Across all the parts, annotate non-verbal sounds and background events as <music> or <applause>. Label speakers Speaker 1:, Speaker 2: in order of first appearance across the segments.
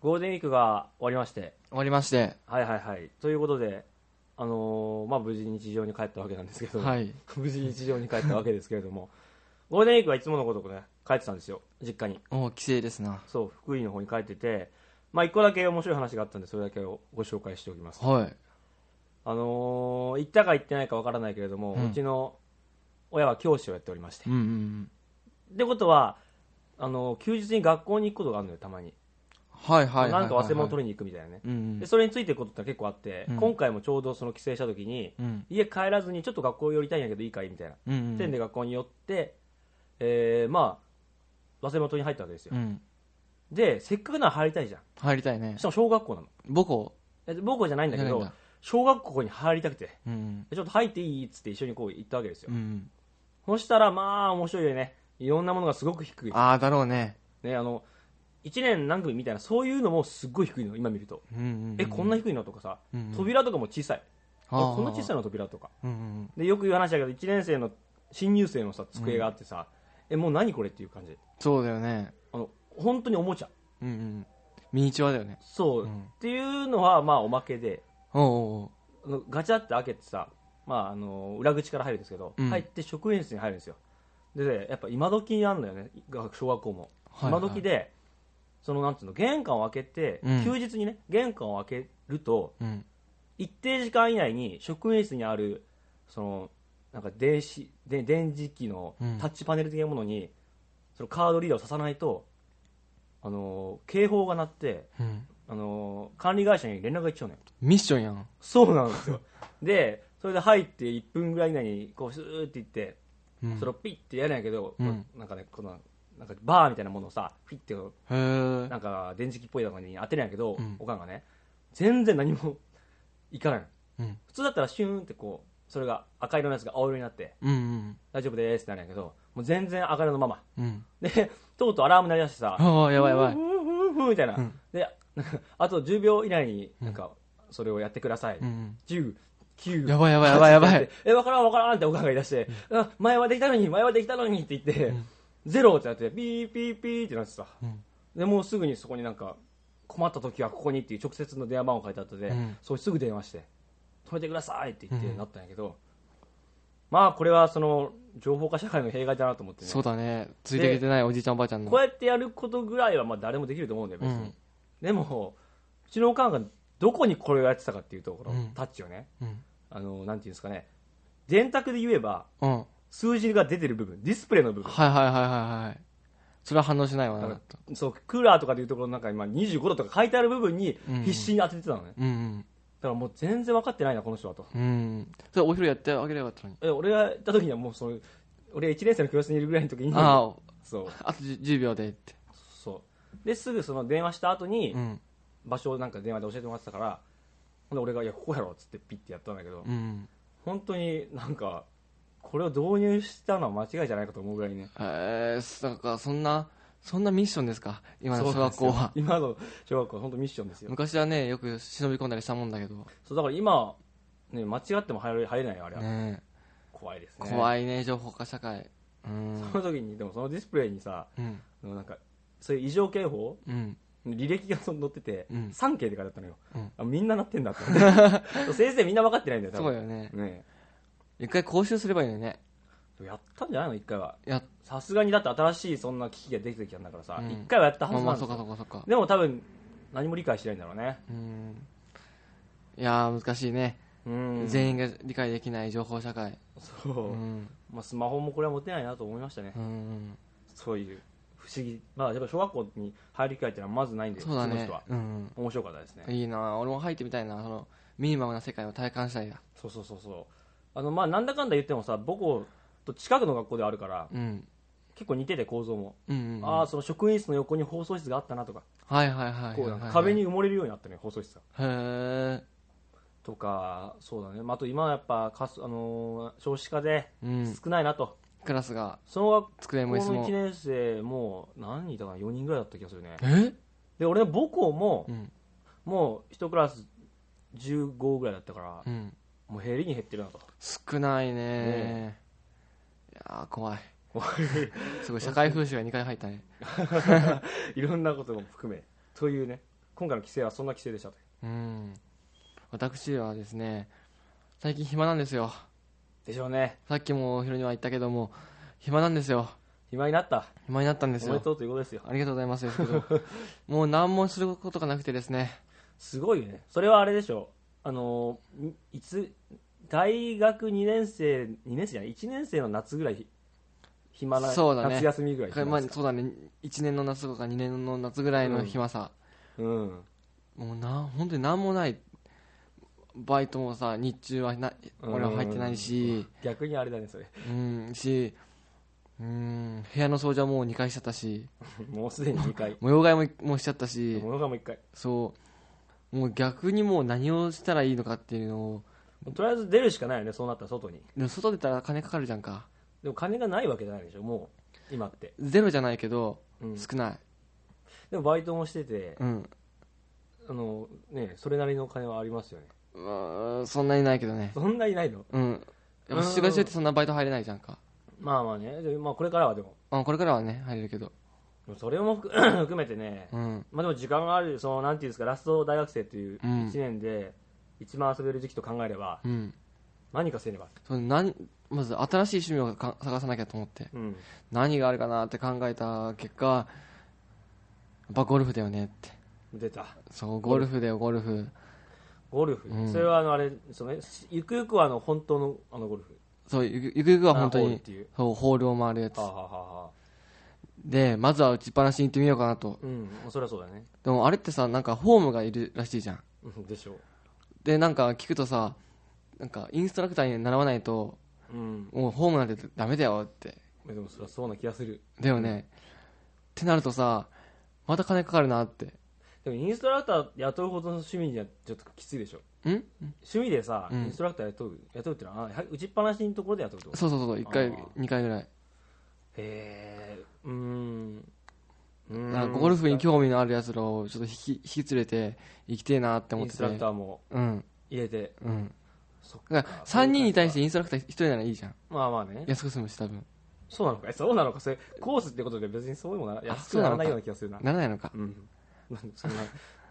Speaker 1: ゴールデンウィークが終わりまして、
Speaker 2: 終わりまして、
Speaker 1: はいはいはい。ということで、あのーまあ、無事日常に帰ったわけなんですけど、
Speaker 2: はい
Speaker 1: <laughs> 無事日常に帰ったわけですけれども、 <laughs> ゴールデンウィークはいつものごとくね、帰ってたんですよ、実家に。
Speaker 2: おお帰省ですな
Speaker 1: そう、福井の方に帰ってて、まあ、一個だけ面白い話があったんで、それだけをご紹介しておきます。
Speaker 2: はい
Speaker 1: あのー行ったか行ってないかわからないけれども、う
Speaker 2: うん
Speaker 1: ちの親は教師をやっておりまして
Speaker 2: うん。うんうん
Speaker 1: ってことは、あのー休日に学校に行くことがあるのよ、たまに。
Speaker 2: はいはいはいはいはい
Speaker 1: なんか忘れ物取りに行くみたいなね。
Speaker 2: うんうん
Speaker 1: でそれについてることって結構あって、
Speaker 2: うん
Speaker 1: 今回もちょうどその帰省した時に、
Speaker 2: うん
Speaker 1: 家帰らずにちょっと学校寄りたいんやけどいいかいみたいな、
Speaker 2: うんうん
Speaker 1: 点で学校に寄って、えーまあ忘れ物に入ったわけですよ、
Speaker 2: うん
Speaker 1: でせっかくなら入りたいじゃん
Speaker 2: 入りたいね
Speaker 1: しかも小学校なの
Speaker 2: 母校
Speaker 1: え僕はじゃないんだけ
Speaker 2: じゃない
Speaker 1: ど
Speaker 2: んだ
Speaker 1: 小学校に入りたくて
Speaker 2: うん
Speaker 1: でちょっと入っていいっつって一緒にこう行ったわけですよ、
Speaker 2: うんうん
Speaker 1: そしたらまあ面白いよねいろんなものがすごく低い
Speaker 2: ああだろうね
Speaker 1: ねあの1年何組みたいなそういうのもすっごい低いの今見ると、
Speaker 2: うんうんうん
Speaker 1: えこんな低いのとかさ、
Speaker 2: うんうん
Speaker 1: 扉とかも小さい、
Speaker 2: はあ
Speaker 1: あこんな小さいの扉とか
Speaker 2: うんうん
Speaker 1: でよく言う話だけど1年生の新入生のさ机があってさ、えもう何これっていう感じ
Speaker 2: そうだよね
Speaker 1: あの本当におもちゃ
Speaker 2: うんうんミニチュアだよね
Speaker 1: そう、
Speaker 2: うん
Speaker 1: っていうのはまあおまけで
Speaker 2: おうおうおう
Speaker 1: あのガチャって開けてさ、まあ、あの裏口から入るんですけど、
Speaker 2: うん
Speaker 1: 入って職員室に入るんですよでやっぱ今時あるんだよね学小学校も、
Speaker 2: はいは
Speaker 1: 今
Speaker 2: い
Speaker 1: 時でそのなんつうの玄関を開けて、
Speaker 2: うん
Speaker 1: 休日にね玄関を開けると
Speaker 2: うん
Speaker 1: 一定時間以内に職員室にあるそのなんか電子で電磁機の
Speaker 2: うん
Speaker 1: タッチパネル的なものに、そのカードリーダーを刺さないとあのー警報が鳴って
Speaker 2: うん
Speaker 1: あのー管理会社に連絡が来ちゃうのよ
Speaker 2: ミッションやん
Speaker 1: そうなんですよ <laughs> でそれで入って1分ぐらい以内にこうスーって行って、
Speaker 2: うん
Speaker 1: それをピッてやるんやけど、
Speaker 2: うん
Speaker 1: こうなんかねこのなんかバーみたいなものをさピッて
Speaker 2: へえ
Speaker 1: なんか電磁気っぽいとこに当てるんやけど、
Speaker 2: うん
Speaker 1: おかんがね全然何もいかないの
Speaker 2: うん
Speaker 1: 普通だったらシューンってこうそれが赤色のやつが青色になって
Speaker 2: うんうん
Speaker 1: 大丈夫ですってなるんやけどもう全然赤色のまま
Speaker 2: うん
Speaker 1: でとうとうアラーム鳴り出してさ
Speaker 2: ああやばいやば
Speaker 1: ふん
Speaker 2: い
Speaker 1: ふんふんみたいな、
Speaker 2: うん
Speaker 1: でなんかあと10秒以内になんかそれをやってください、
Speaker 2: うん
Speaker 1: 10 9
Speaker 2: やばいやばいやばいやばい
Speaker 1: 8ってえ分からん分からんっておかんが言い出して、あ前はできたのに前はできたのにって言って、ゼロってなってピーピーピーってなってさ
Speaker 2: うん
Speaker 1: でもうすぐにそこになんか困った時はここにっていう直接の電話番号書いてあったので、
Speaker 2: うん
Speaker 1: それすぐ電話して止めてくださいって言って
Speaker 2: うん
Speaker 1: なったんやけど、まあこれはその情報化社会の弊害だなと思ってね
Speaker 2: そうだねついてきてないおじいちゃんおばあちゃんの
Speaker 1: こうやってやることぐらいはまあ誰もできると思うんだよ別に、
Speaker 2: うん
Speaker 1: でもうちのおかんがどこにこれをやってたかっていうところ、
Speaker 2: うん
Speaker 1: タッチをね
Speaker 2: うん
Speaker 1: あのなんていうんですかね電卓で言えば
Speaker 2: うん
Speaker 1: 数字が出てる部分ディスプレイの部分
Speaker 2: はいはいはいはいはいそれは反応しないわ
Speaker 1: だか
Speaker 2: な
Speaker 1: らそうクーラーとかでいうところの中にまあ25度とか書いてある部分に
Speaker 2: うん
Speaker 1: 必死に当ててたのね、だ
Speaker 2: うん
Speaker 1: からもう全然分かってないなこの人はと
Speaker 2: うんうんそれお昼やってあげればよかったのに
Speaker 1: え俺が行った時にはもうその俺が1年生の教室にいるぐらいの時に
Speaker 2: ああ
Speaker 1: そう
Speaker 2: あと10 10秒でって
Speaker 1: そうですぐその電話した後に
Speaker 2: うん
Speaker 1: 場所をなんか電話で教えてもらってたからほんで俺が「いやここやろ」っつってピッてやったんだけど、
Speaker 2: うん
Speaker 1: 本当になんかこれを導入したのは間違いじゃないかと思うぐらいね
Speaker 2: えー、なんかそんなそんなミッションですか今の
Speaker 1: そう
Speaker 2: 小
Speaker 1: なんで
Speaker 2: 学
Speaker 1: すよ
Speaker 2: 校は
Speaker 1: 今の小学校は本当ミッションですよ
Speaker 2: 昔はねよく忍び込んだりしたもんだけど
Speaker 1: そうだから今、ね、間違っても入れ入れないよあれは、
Speaker 2: ね
Speaker 1: 怖いですね
Speaker 2: 怖いね情報化社会うん
Speaker 1: その時にでもそのディスプレイにさ
Speaker 2: うん
Speaker 1: なんかそういう異常警報
Speaker 2: うん
Speaker 1: 履歴がその載ってて、
Speaker 2: うん
Speaker 1: 3件って書いてあったのよ、
Speaker 2: うん
Speaker 1: あみんななってんだって
Speaker 2: <laughs>
Speaker 1: 先生みんな分かってないんだよ多
Speaker 2: そうだ
Speaker 1: 分
Speaker 2: よね
Speaker 1: ね
Speaker 2: 一回講習すればいいのにね
Speaker 1: えやったんじゃないの一回は
Speaker 2: やっ
Speaker 1: さすがにだって新しいそんな機器ができてきたんだからさ、
Speaker 2: うん
Speaker 1: 一回はやったは
Speaker 2: まあ
Speaker 1: ず
Speaker 2: ま
Speaker 1: なんですよ
Speaker 2: あそうかそうかそうか
Speaker 1: でも多分何も理解してないんだろうね
Speaker 2: うんいやー難しいね
Speaker 1: うん
Speaker 2: 全員が理解できない情報社会
Speaker 1: そう、
Speaker 2: うん
Speaker 1: まあ、スマホもこれは持てないなと思いましたね、
Speaker 2: うん
Speaker 1: そういう不思議まあやっぱ小学校に入る機会ってのはまずないんで
Speaker 2: そうだ
Speaker 1: の
Speaker 2: ね
Speaker 1: 人は
Speaker 2: うん
Speaker 1: 面白かったですね
Speaker 2: いいな俺も入ってみたいなそのミニマムな世界を体感したいや
Speaker 1: そうそうそうそうあのまあなんだかんだ言ってもさ母校と近くの学校ではあるから
Speaker 2: うん
Speaker 1: 結構似てて構造も、
Speaker 2: うんうんうん
Speaker 1: ああその職員室の横に放送室があったなとか
Speaker 2: はいはいはい
Speaker 1: こうな
Speaker 2: は
Speaker 1: ん
Speaker 2: い
Speaker 1: か
Speaker 2: はい
Speaker 1: 壁に埋もれるようになったね放送室が
Speaker 2: へえ
Speaker 1: とかそうだね、まあ、あと今はやっぱかす、あのー少子化で
Speaker 2: うん
Speaker 1: 少ないなと、
Speaker 2: クラスが
Speaker 1: その学
Speaker 2: 机も椅
Speaker 1: 校
Speaker 2: 子
Speaker 1: の1
Speaker 2: も
Speaker 1: 年生もう何人いたかな4人ぐらいだった気がするね
Speaker 2: え
Speaker 1: で俺の母校も、
Speaker 2: うん
Speaker 1: もう1クラス15ぐらいだったから、
Speaker 2: うん
Speaker 1: もう減りに減ってる
Speaker 2: <laughs>
Speaker 1: なと
Speaker 2: 少ないね
Speaker 1: ね
Speaker 2: いやー怖いすごい社会風習が2回入ったね
Speaker 1: いろんなことも含めというね今回の規制はそんな規制でしたと。
Speaker 2: うん私はですね最近暇なんですよ
Speaker 1: でしょうね。
Speaker 2: さっきもヒロには言ったけども暇なんですよ
Speaker 1: 暇になった。
Speaker 2: 暇になったんです
Speaker 1: おめで
Speaker 2: よ
Speaker 1: とうということですよ。
Speaker 2: ありがとうございますです
Speaker 1: <laughs>
Speaker 2: けどもう何もすることがなくてですね
Speaker 1: すごいね。それはあれでしょう。あのー、んいつ、大学2年生、2年生じゃない、1年生の夏ぐらいひ、暇な、
Speaker 2: そうだね
Speaker 1: 夏休みぐらい
Speaker 2: か
Speaker 1: 暇
Speaker 2: ま
Speaker 1: な
Speaker 2: あ
Speaker 1: んですか。
Speaker 2: そうだね1年の夏とか2年の夏ぐらいの暇さ、
Speaker 1: うん。
Speaker 2: もうな本当に何もないバイトもさ日中はな俺は入ってないし
Speaker 1: 逆にあれだね、それ。
Speaker 2: うんしうん部屋の掃除はもう2回しちゃったし
Speaker 1: もうすでに2回。
Speaker 2: 模様替えもいもうしちゃったし
Speaker 1: 物がもう1回。
Speaker 2: そうもう逆にもう何をしたらいいのかっていうのを
Speaker 1: とりあえず出るしかないよね、そうなったら外に。
Speaker 2: でも外出たら金かかるじゃんか
Speaker 1: でも金がないわけじゃないでしょ、もう、今って。
Speaker 2: ゼロじゃないけど
Speaker 1: うん
Speaker 2: 少ない
Speaker 1: でもバイトもしてて、
Speaker 2: うん、
Speaker 1: あの、ね、それなりの金はありますよね。
Speaker 2: うーそんなにないけどね
Speaker 1: そんなにないの
Speaker 2: うんやっぱ仕事中ってそんなバイト入れないじゃんか
Speaker 1: まあまあね、でまあこれからはでも、
Speaker 2: あこれからはね入れるけど
Speaker 1: でもそれも含 <clears throat> 含めてね、
Speaker 2: うん
Speaker 1: まあでも時間がある、その、なんていうんですか、ラスト大学生という
Speaker 2: うん
Speaker 1: 1年で、一番遊べる時期と考えれば、
Speaker 2: うん
Speaker 1: 何かせねば。
Speaker 2: そう何まず新しい趣味をか探さなきゃと思って
Speaker 1: うん。
Speaker 2: 何があるかなって考えた結果やっぱゴルフだよねって
Speaker 1: 出た。
Speaker 2: そうゴルフだよゴルフ
Speaker 1: ゴルフ。
Speaker 2: うん
Speaker 1: それはあの、あれ、そのね、ゆくゆくはあの、本当のあのゴルフ。
Speaker 2: そうゆくゆくゆくは本当
Speaker 1: あホールっ
Speaker 2: に
Speaker 1: ていう
Speaker 2: そうホールを回るやつ
Speaker 1: はあ、はあはあはあ、
Speaker 2: でまずは打ちっぱなしに行ってみようかなと
Speaker 1: うん、そりゃそうだね。
Speaker 2: でもあれってさなんかフォームがいるらしいじゃん
Speaker 1: うんでしょう。
Speaker 2: でなんか聞くとさなんかインストラクターに習わないと
Speaker 1: うん。
Speaker 2: もうフォームなんてダメだよって
Speaker 1: でもそりゃそうな気がする。
Speaker 2: だよね、ってなるとさまた金かかるなって
Speaker 1: でもインストラクター雇うほどの趣味にはちょっときついでしょ。
Speaker 2: ん
Speaker 1: 趣味でさ、
Speaker 2: うん
Speaker 1: インストラクター雇う、雇うっていうのは、あ打ちっぱなしのところで雇うってこと
Speaker 2: そうそうそう1回
Speaker 1: あー
Speaker 2: 2回ぐらい
Speaker 1: へえ、うーん。うーん
Speaker 2: なんかゴルフに興味のあるやつらをちょっと引き引き連れて行きてえなっ
Speaker 1: イ
Speaker 2: て思っ
Speaker 1: ン
Speaker 2: て
Speaker 1: ス
Speaker 2: て
Speaker 1: トラクターも
Speaker 2: うん
Speaker 1: 入れて、
Speaker 2: うん
Speaker 1: そっか
Speaker 2: だから3人に対しててインストラクター1人ならいいじゃん
Speaker 1: まあまあね
Speaker 2: 安く済むし多分
Speaker 1: そうなのかそうなのかそれコースってことで別にそういうもな安くならないような気がするな
Speaker 2: ならないのか
Speaker 1: うんなんそんな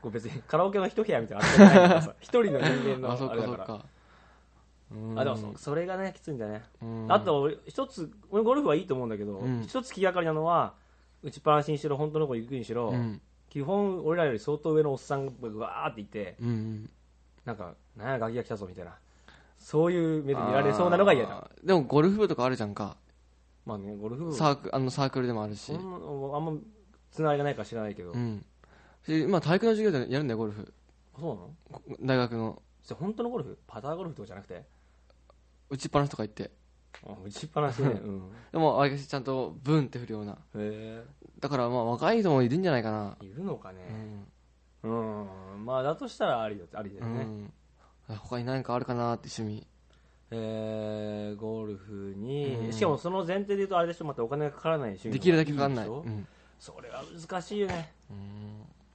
Speaker 1: こう別にカラオケの一部屋みたいなのあってないから
Speaker 2: <laughs>
Speaker 1: さ一人の人間の
Speaker 2: あそっ
Speaker 1: あれ
Speaker 2: か
Speaker 1: だ
Speaker 2: そ
Speaker 1: か
Speaker 2: っ
Speaker 1: ら
Speaker 2: かうん
Speaker 1: あでもそうそれがねきついんだね
Speaker 2: うん
Speaker 1: あと俺一つ俺ゴルフはいいと思うんだけど
Speaker 2: うん
Speaker 1: 一つ気がかりなのは打ちっぱなしにしろ本当の子行くにしろ
Speaker 2: うん
Speaker 1: 基本俺らより相当上のおっさんがわーっていて
Speaker 2: うんうん
Speaker 1: なんか、なんや、ガキが来たぞみたいな、そういう目で見られそうなのが嫌だ。
Speaker 2: あーでもゴルフ部とかあるじゃんか、
Speaker 1: まあね、ゴルフ部、
Speaker 2: サークあのサークルでもあるし
Speaker 1: そんなあんまつながりがないから知らないけど、
Speaker 2: うんしまあ体育の授業でやるんだよゴルフ
Speaker 1: そうなの
Speaker 2: こ大学の
Speaker 1: それ本当のゴルフパターゴルフとかじゃなくて、
Speaker 2: 打ちっぱなしとか行って
Speaker 1: あ打ちっぱなしね。うん、
Speaker 2: でもあれちゃんとブンって振るような
Speaker 1: へ
Speaker 2: だからまあ若い人もいるんじゃないかな
Speaker 1: え。いるのか
Speaker 2: う
Speaker 1: ね。
Speaker 2: ん、
Speaker 1: うん、まあだとしたらありだありだよね。
Speaker 2: うん他に何かあるかなって趣味
Speaker 1: えー、ゴルフに、
Speaker 2: うん
Speaker 1: しかもその前提で言うとあれでしょ、またお金がかからない趣味の方が
Speaker 2: できるだけかかんない
Speaker 1: でしょ
Speaker 2: うん
Speaker 1: それは難しいよね。
Speaker 2: うん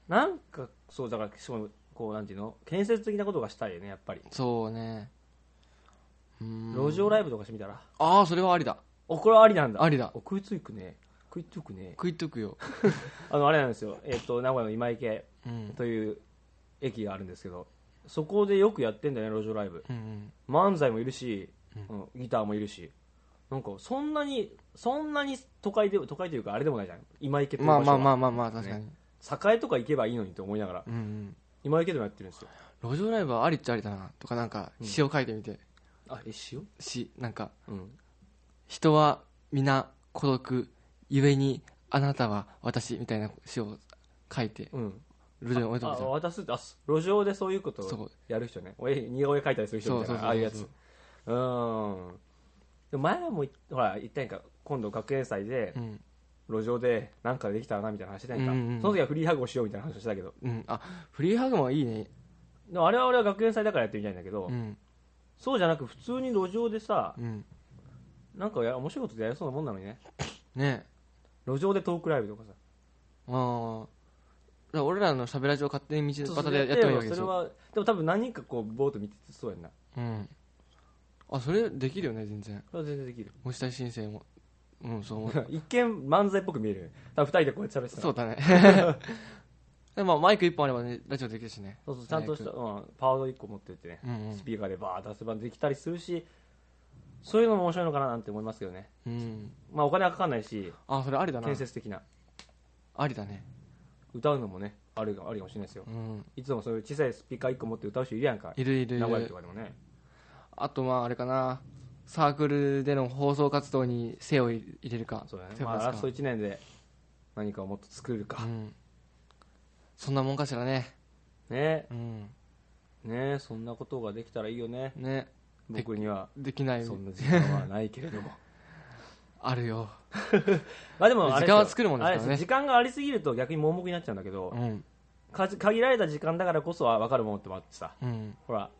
Speaker 1: なんか、そう、だから、しかも、こう、なんていうの、建設的なことがしたいよね、やっぱり。
Speaker 2: そうねうん
Speaker 1: 路上ライブとかしてみたら
Speaker 2: ああそれはありだ
Speaker 1: おこれはありなんだ
Speaker 2: ありだ
Speaker 1: お食いついくね食いついくね
Speaker 2: 食いとくよ、
Speaker 1: あのあれなんですよえっ、と名古屋の今池
Speaker 2: うん
Speaker 1: という駅があるんですけどそこでよくやってんだよね路上ライブ
Speaker 2: うんうん、
Speaker 1: 漫才もいるし、うん、ギターもいるしなんかそんなにそんなに都会で都会というかあれでもないじゃん今池という
Speaker 2: まあ
Speaker 1: 場所
Speaker 2: まあ
Speaker 1: は
Speaker 2: まあまあまあ確かに、
Speaker 1: 栄とか行けばいいのにと思いながら
Speaker 2: うんうん
Speaker 1: 今池でもやってるんですよ
Speaker 2: 路上ライブはありっちゃありだなとかなんか詩を書いてみて、
Speaker 1: あえ塩
Speaker 2: 詩なんか
Speaker 1: うん
Speaker 2: 人は皆孤独ゆえにあなたは私みたいな詩を書いて
Speaker 1: うん
Speaker 2: 路上に置い
Speaker 1: あ
Speaker 2: とくじゃん
Speaker 1: 渡すってあ路上でそういうこと
Speaker 2: そ
Speaker 1: を
Speaker 2: う
Speaker 1: やる人ね俺似顔絵描いたりする人みたい
Speaker 2: そうそうそうそ
Speaker 1: な
Speaker 2: う
Speaker 1: ああいうやつうーんでも前もいほら言ったやんか今度学園祭で
Speaker 2: うん、
Speaker 1: 路上でなんかできたらなみたいな話してたやんか、
Speaker 2: うんうん
Speaker 1: その時はフリーハグをしようみたいな話をしたけど
Speaker 2: うん、あフリーハグもいいね
Speaker 1: でもあれは俺は学園祭だからやってみたいんだけど、
Speaker 2: うん
Speaker 1: そうじゃなく普通に路上でさ
Speaker 2: うん
Speaker 1: なんかや面白いことやりそうなもんなのにね
Speaker 2: ね
Speaker 1: 路上でトークライブとかさ
Speaker 2: あーだから俺らのしゃべらじを勝手に道端でやっ
Speaker 1: やっ
Speaker 2: て
Speaker 1: て
Speaker 2: もい
Speaker 1: よ
Speaker 2: いわけ
Speaker 1: そ
Speaker 2: で
Speaker 1: れ
Speaker 2: しょ
Speaker 1: はでも多分何人かこうボート見ててそうやんな
Speaker 2: うんあそれできるよね全然
Speaker 1: それは全然でき <laughs> る
Speaker 2: もし大申請もうんそう思う
Speaker 1: <laughs> 一見漫才っぽく見えるよね多分二人でこうやって喋ってたら
Speaker 2: そうだねでもマイク一本あればね、ラジオできるしね。
Speaker 1: そうそうちゃんとした、うん、パワード1個持ってってね、
Speaker 2: うんうん
Speaker 1: スピーカーでバーッ出せばできたりするしそういうのも面白いのかななんて思いますけどね
Speaker 2: うん。
Speaker 1: まあお金はかかんないし
Speaker 2: あ、それありだな
Speaker 1: 建。設的な
Speaker 2: ありだね。
Speaker 1: 歌うのもねあるかあるかもしれないですよ
Speaker 2: うん。
Speaker 1: いつもそういう小さいスピーカー1個持って歌う人いるやんか
Speaker 2: いるいるい
Speaker 1: 名古屋
Speaker 2: る
Speaker 1: と。かでもね
Speaker 2: あとまああれかな。サークルでの放送活動に精を入れるか。
Speaker 1: そうだね
Speaker 2: 手を出す
Speaker 1: まあ
Speaker 2: か
Speaker 1: ラスト1年で何かをもっと作るか
Speaker 2: う、ん。そんなもんかしらね。
Speaker 1: ね
Speaker 2: うん。
Speaker 1: ねそんなことができたらいいよね
Speaker 2: ね。で
Speaker 1: 僕には
Speaker 2: できない
Speaker 1: そ。んな時間はないけれども <laughs>
Speaker 2: あるよ。
Speaker 1: まあでもあれですよ
Speaker 2: 時間は作るもんですからね
Speaker 1: あれよ時間がありすぎると逆に盲目になっちゃうんだけど、
Speaker 2: うん。
Speaker 1: か限られた時間だからこそは分かるものってもあってさ
Speaker 2: うん。
Speaker 1: ほら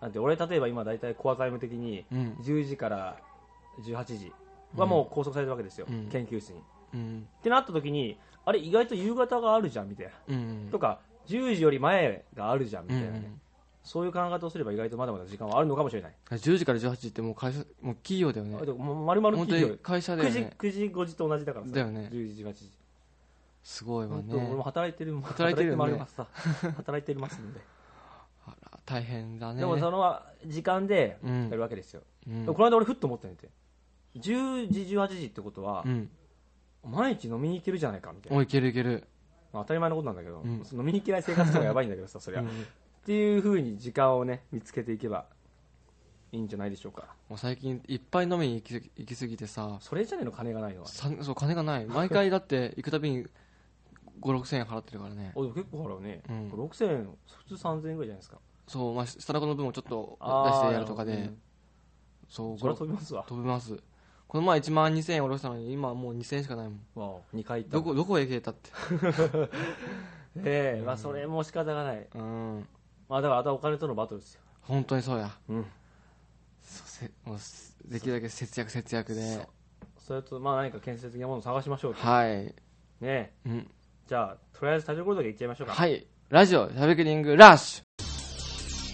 Speaker 1: だって俺例えば今大体コアタイム的に
Speaker 2: うん
Speaker 1: 10時から18時はもう拘束されてるわけですよ、
Speaker 2: うん
Speaker 1: 研究室に、
Speaker 2: うん。
Speaker 1: ってなった時にあれ意外と夕方があるじゃんみたいな、
Speaker 2: うん。
Speaker 1: とか10時より前があるじゃんみ
Speaker 2: う
Speaker 1: た
Speaker 2: ん
Speaker 1: いなね、そういう考え方をすれば意外とまだまだ時間はあるのかもしれない、
Speaker 2: 10時から18時ってもう会社、もう企業だよね
Speaker 1: あ。ともう丸々
Speaker 2: 本当
Speaker 1: 企業
Speaker 2: に会社だよ
Speaker 1: 9時
Speaker 2: ね。
Speaker 1: 9時5時と同じだからさ
Speaker 2: だよね
Speaker 1: 10時18時、
Speaker 2: すごいわ
Speaker 1: 本当
Speaker 2: ね
Speaker 1: 俺。も働いてる
Speaker 2: 働いてるよね
Speaker 1: 働います
Speaker 2: <laughs>
Speaker 1: さ働いてますんで、
Speaker 2: あら大変だね。
Speaker 1: でもその時間で
Speaker 2: う
Speaker 1: や
Speaker 2: ん
Speaker 1: る。わけですよ、
Speaker 2: うん
Speaker 1: でもこの間俺ふっと思ったんやて10時18時ってことは
Speaker 2: う、ん。
Speaker 1: 毎日飲みに行けるじゃないかみたいな、
Speaker 2: おいけるいける。
Speaker 1: まあ当たり前のことなんだけど、
Speaker 2: うん
Speaker 1: 飲みに行けない生活とかやばいんだけどさそりゃ、
Speaker 2: うん
Speaker 1: っ。ていうふうに時間をね見つけていけばいいんじゃないでしょうか
Speaker 2: もう最近いっぱい飲みに行き行きすぎてさ
Speaker 1: それじゃねえの金がないのは
Speaker 2: さそう金がない毎回
Speaker 1: <laughs>
Speaker 2: だって行くたびに56000円払ってるからね
Speaker 1: あでも結構払うね、
Speaker 2: うん
Speaker 1: 6000円普通3000円ぐらいじゃないですか
Speaker 2: そうまあ下の子の分もちょっと
Speaker 1: あー
Speaker 2: 出してやるとかで、
Speaker 1: うん
Speaker 2: そう
Speaker 1: それは
Speaker 2: ご
Speaker 1: 飛びますわ、
Speaker 2: 飛びますこの前1万2000円下ろしたのに今はもう2000円しかないもん
Speaker 1: わあ、2回行った
Speaker 2: どこどこへ消えたって
Speaker 1: ええまあ、それも仕方がない、
Speaker 2: うん
Speaker 1: まあ、だからあとはお金とのバトルですよ、
Speaker 2: 本当にそうや
Speaker 1: うん、
Speaker 2: そうせもうすできるだけ節約節約で
Speaker 1: それとまあ何か建設的なものを探しましょうと
Speaker 2: はい、
Speaker 1: ねえ
Speaker 2: うん、
Speaker 1: じゃあとりあえずタジオコードで行っちゃいましょうか
Speaker 2: はいラジオしゃべくりングラッシュ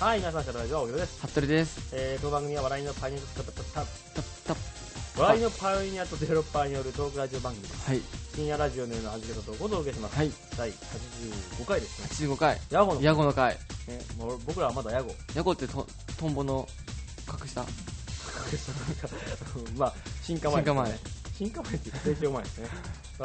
Speaker 1: はい皆さんからはおよです、
Speaker 2: 服部です
Speaker 1: えー、この番組は笑いのパイオニアと
Speaker 2: タッタッ
Speaker 1: 笑いのパイオニアとデベロッパーによるトークラジオ番組です
Speaker 2: はい
Speaker 1: 深夜ラジオのような始め方をご届けします
Speaker 2: はい
Speaker 1: 第85回ですね
Speaker 2: 85回
Speaker 1: ヤゴの、ね、
Speaker 2: ヤゴの回
Speaker 1: もう僕らはまだヤゴ <laughs>
Speaker 2: ヤゴってとトンボの隠した
Speaker 1: まあ進化前ですよね
Speaker 2: 進
Speaker 1: 進化前っていうか成長前
Speaker 2: <laughs>
Speaker 1: ですねだ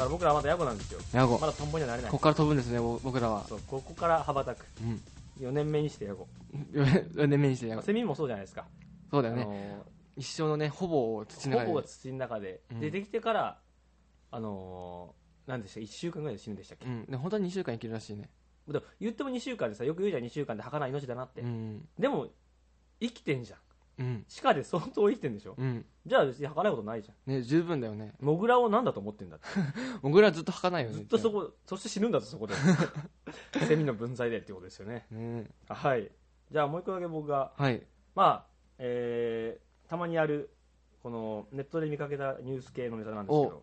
Speaker 1: から僕らはまだヤゴなんですよ
Speaker 2: ヤゴ
Speaker 1: まだトンボにはなれない
Speaker 2: ここから飛ぶんですねぼ僕らは <laughs>
Speaker 1: そうここから羽ばたく
Speaker 2: うん
Speaker 1: 4年目にしてヤゴ
Speaker 2: 4年目にしてヤゴ
Speaker 1: セミもそうじゃないですか、
Speaker 2: そうだ
Speaker 1: あ
Speaker 2: よね
Speaker 1: の
Speaker 2: 一生のねほぼ土の
Speaker 1: ー、
Speaker 2: 中
Speaker 1: ほぼ
Speaker 2: で
Speaker 1: 土の中で、
Speaker 2: うん
Speaker 1: 出てきてからあのー、何でした1週間ぐらいで死ぬんでしたっけ、
Speaker 2: うんで本当は2週間生きるらしいね
Speaker 1: でも言っても2週間でさよく言うじゃん2週間で儚い命だなって、
Speaker 2: うん
Speaker 1: でも生きてんじゃん
Speaker 2: うん
Speaker 1: 地下で相当生きてんでしょ
Speaker 2: うん
Speaker 1: じゃあ別に儚いことないじゃ
Speaker 2: ね十分だよね
Speaker 1: んモグラを何だと思ってんだって
Speaker 2: 僕らはずっと儚いよね
Speaker 1: ずっとそこそして死ぬんだとそ
Speaker 2: <laughs>
Speaker 1: こでセミの分際でってことですよね
Speaker 2: ね
Speaker 1: はいじゃあもう一個だけ僕が
Speaker 2: はい
Speaker 1: まあえーたまにあるこのネットで見かけたニュース系のネタなんですけど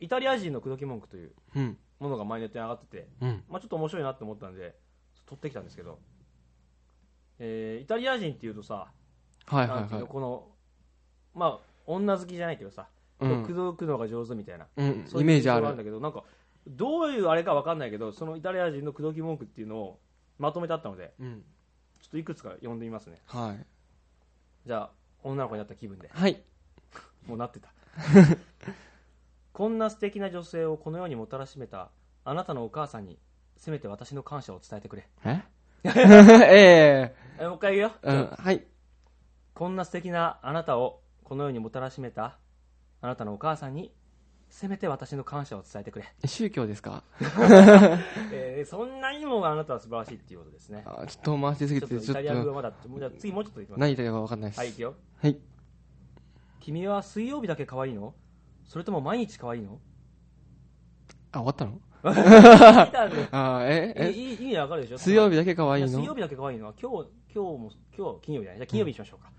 Speaker 1: イタリア人の口説き文句という
Speaker 2: うん
Speaker 1: ものが前ネットに上がってて、
Speaker 2: うん
Speaker 1: まあ、ちょっと面白いなって思ったんで撮ってきたんですけど、えーイタリア人っていうとさ、
Speaker 2: はい
Speaker 1: な
Speaker 2: は
Speaker 1: んて
Speaker 2: い
Speaker 1: いうの
Speaker 2: はい
Speaker 1: このまあ女好きじゃないけどさ、
Speaker 2: うん
Speaker 1: 口説くのが上手みたいな
Speaker 2: うん
Speaker 1: そう
Speaker 2: イ
Speaker 1: いう
Speaker 2: メージあ
Speaker 1: 印象がん
Speaker 2: る
Speaker 1: だけどなんかどういうあれか分かんないけどそのイタリア人の口説き文句っていうのをまとめてあったので
Speaker 2: うん
Speaker 1: ちょっといくつか読んでみますね
Speaker 2: はい
Speaker 1: じゃあ女の子になった気分で
Speaker 2: はい
Speaker 1: もうなってた <laughs> こんな素敵な女性をこの世にもたらしめたあなたのお母さんにせめて私の感謝を伝えてくれ
Speaker 2: え <laughs> え
Speaker 1: えもう一回言うよ
Speaker 2: えうんはい
Speaker 1: こんな素敵なあなたをこの世にもたらしめたあなたのお母さんにせめて私の感謝を伝えてくれ、
Speaker 2: 宗教ですか
Speaker 1: えーそんなにもあなたは素晴らしいっていうことですね
Speaker 2: あちょっと回しすぎ
Speaker 1: ちょ
Speaker 2: て
Speaker 1: っとイ
Speaker 2: ちょ
Speaker 1: タリア
Speaker 2: っ
Speaker 1: 語がまだ
Speaker 2: と
Speaker 1: もうじゃあ次もうちょっといきます
Speaker 2: 何言いたいか分かんないです
Speaker 1: はい行くよ
Speaker 2: はい
Speaker 1: 君は水曜日だけ可愛いのそれとも毎日可愛い <laughs> の
Speaker 2: あ終わったの
Speaker 1: 聞いたんで
Speaker 2: あーええ
Speaker 1: いいいい意味わかるでしょ
Speaker 2: 水曜
Speaker 1: 日
Speaker 2: 日だけ可愛いの
Speaker 1: 水曜日だけ可愛いのは今日今日も今日金曜日だねじゃあ金曜日にしましょうか、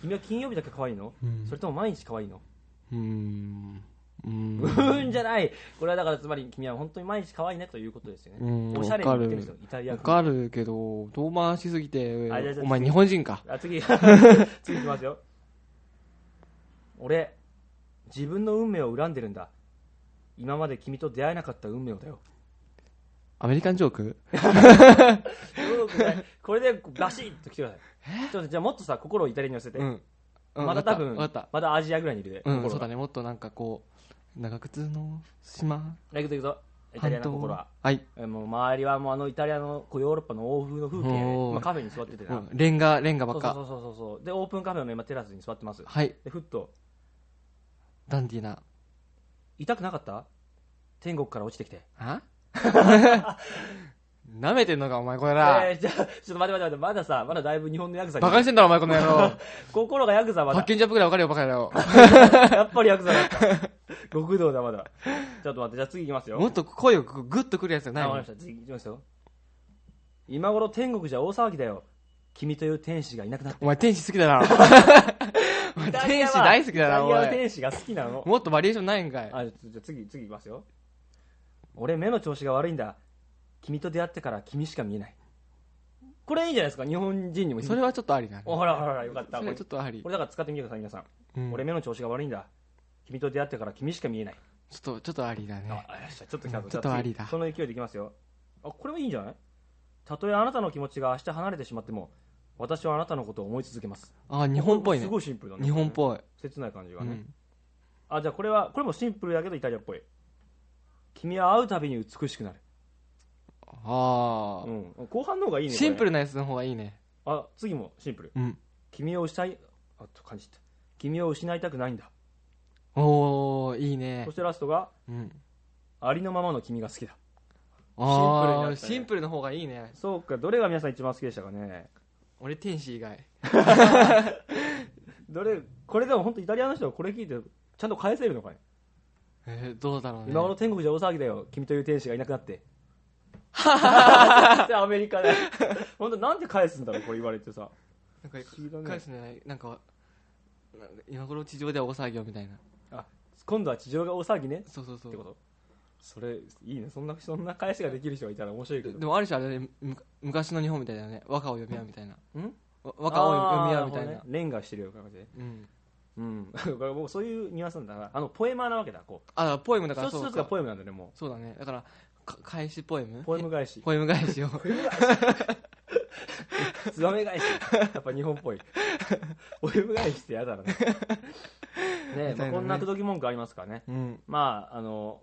Speaker 1: 君は金曜日だけ可愛いの、
Speaker 2: うん
Speaker 1: それとも毎日可愛いの
Speaker 2: うーんうー
Speaker 1: うんーんじゃないこれはだからつまり君は本当に毎日可愛いねということですよね、
Speaker 2: う
Speaker 1: <laughs>
Speaker 2: ん
Speaker 1: おしゃれに言ってるんですよイタリア
Speaker 2: わ
Speaker 1: 風
Speaker 2: かるけど遠回しすぎ
Speaker 1: <laughs>
Speaker 2: て
Speaker 1: あじゃあじゃあ
Speaker 2: お前日本人か
Speaker 1: あ次次いきますよ俺自分の運命を恨んでるんだ今まで君と出会えなかった運命をだ
Speaker 2: <laughs>
Speaker 1: よ
Speaker 2: アメリカンジョーク
Speaker 1: これでバシッと来てくださいちょっとじゃあもっとさ心を至りに寄せて、
Speaker 2: うん。うん
Speaker 1: まだ多分
Speaker 2: わかった。
Speaker 1: まだアジアぐらいにいるで、
Speaker 2: わかったうん、
Speaker 1: 心
Speaker 2: そう
Speaker 1: が
Speaker 2: だね。もっとなんかこう、長靴の島
Speaker 1: 行くぞ行くぞイタリアの心は
Speaker 2: はい。
Speaker 1: えもう周りはもうあのイタリアのこうヨーロッパの欧風の風景で、
Speaker 2: おー
Speaker 1: 今カフェに座ってて
Speaker 2: う
Speaker 1: な、
Speaker 2: んレンガ、レンガば
Speaker 1: そ
Speaker 2: っ
Speaker 1: うそ
Speaker 2: か。
Speaker 1: うそうそうそうでオープンカフェの今テラスに座ってます
Speaker 2: はい。
Speaker 1: でふっと
Speaker 2: ダンディーな。
Speaker 1: 痛くなかった天国から落ちてきて
Speaker 2: あ <laughs> 舐めてんのか、お前、これら。
Speaker 1: えー、じゃあちょっと待って待って待ってまださまだだいぶ日本のヤクザに
Speaker 2: バカにしてんだろ、お前、この野郎。
Speaker 1: 心がヤクザ
Speaker 2: パ
Speaker 1: ま
Speaker 2: ッ
Speaker 1: だ
Speaker 2: ケージアップぐらいわかるよ、バカ野郎。
Speaker 1: やっぱりヤクザだ
Speaker 2: <laughs>
Speaker 1: った極道だまだちょっと待ってじゃあ次いきますよ
Speaker 2: もっと声をグッとくるやつがない
Speaker 1: あ
Speaker 2: の
Speaker 1: わかりました次いきますよ今頃天国じゃ大騒ぎだよ君という天使がいなくなった
Speaker 2: お前、天使好きだな。お前、 <laughs> 天使大好きだな、お
Speaker 1: イタリアは
Speaker 2: 前。
Speaker 1: 天使が好きなの
Speaker 2: もっとバリエーションないんかい。
Speaker 1: あじゃあじゃあ次次いきますよ俺目の調子が悪いんだ君と出会ってから君しか見えないこれいいんじゃないですか日本人にも
Speaker 2: それはちょっとありな。
Speaker 1: おほらほらほらよかったこ
Speaker 2: それ
Speaker 1: れ
Speaker 2: はちょっとあり
Speaker 1: こ。れだから使ってみてください皆さん、
Speaker 2: うん
Speaker 1: 俺目の調子が悪いんだ君と出会ってから君しか見えない、
Speaker 2: ちょっと、ちょっとありだ
Speaker 1: あよ
Speaker 2: ね。
Speaker 1: っしゃちょっと来たぞ
Speaker 2: うん
Speaker 1: じゃ
Speaker 2: ちょっ
Speaker 1: 次
Speaker 2: とありだ
Speaker 1: その勢いでいきますよあこれもいいんじゃないたとえあなたの気持ちが明日離れてしまっても私はあなたのことを思い続けます
Speaker 2: あ、日本っぽいね
Speaker 1: す。ごいシンプルだね
Speaker 2: 日本っぽい。
Speaker 1: 切ない感じが
Speaker 2: う
Speaker 1: ね、
Speaker 2: ん。
Speaker 1: あじゃあこれはこれもシンプルだけどイタリアっぽい君は会うたびに美しくなる、
Speaker 2: あ
Speaker 1: うん、後半の方がいい
Speaker 2: あ。
Speaker 1: ね
Speaker 2: シンプ
Speaker 1: ル
Speaker 2: ルなやつの方がいいね。
Speaker 1: あ次もシンプル
Speaker 2: うん。
Speaker 1: 君を失いあと感じた君を失いたくないんだ
Speaker 2: おー、いいね
Speaker 1: そし。てラストが
Speaker 2: うん。
Speaker 1: ありのままの君が好きだシンプルにな
Speaker 2: あ
Speaker 1: った
Speaker 2: あ、
Speaker 1: ね
Speaker 2: シンプルの方がいいね。
Speaker 1: そうかどれが皆さん一番好きでしたかね
Speaker 2: 俺、天使以外。
Speaker 1: どれこれでも本当イタリアの人はこれ聞いてちゃんと返せるのかね
Speaker 2: えー、どうだろうね。
Speaker 1: 今頃天国じゃ大騒ぎだよ君という天使がいなくなって
Speaker 2: <laughs>
Speaker 1: でアメリカで本当なんで返すんだろうこれ言われてさ
Speaker 2: なんか
Speaker 1: 不思議だね
Speaker 2: 返すんじゃないなんか、なんか今頃地上では大騒ぎをみたいな。
Speaker 1: 今度は地上が大騒ぎね
Speaker 2: そうそうそ
Speaker 1: ってこ
Speaker 2: う。
Speaker 1: とそれいいねそんなそんな返しができる人がいたら面白いけど
Speaker 2: でもある種あれね、む昔の日本みたいだよね。和歌を読み合うみたいな。
Speaker 1: ん
Speaker 2: わ和歌を読み合うみたい
Speaker 1: あー
Speaker 2: な
Speaker 1: るほ。どね、レンガしてるような感じで
Speaker 2: うん。
Speaker 1: うん <laughs> これもうそういうニュアンスなんだなあのポエマーなわけだこう
Speaker 2: あ、だからポエムだから
Speaker 1: 一つ
Speaker 2: そう
Speaker 1: 一つ
Speaker 2: か
Speaker 1: がポエムなんだねも
Speaker 2: そうだね。だから、か返しポエム
Speaker 1: うポエム返し
Speaker 2: ポエム返しを。
Speaker 1: ツバメ返しやっぱ日本っぽいポエム返しってやだなね
Speaker 2: ね
Speaker 1: まあこんな口説き文句ありますからね
Speaker 2: うん。
Speaker 1: まああの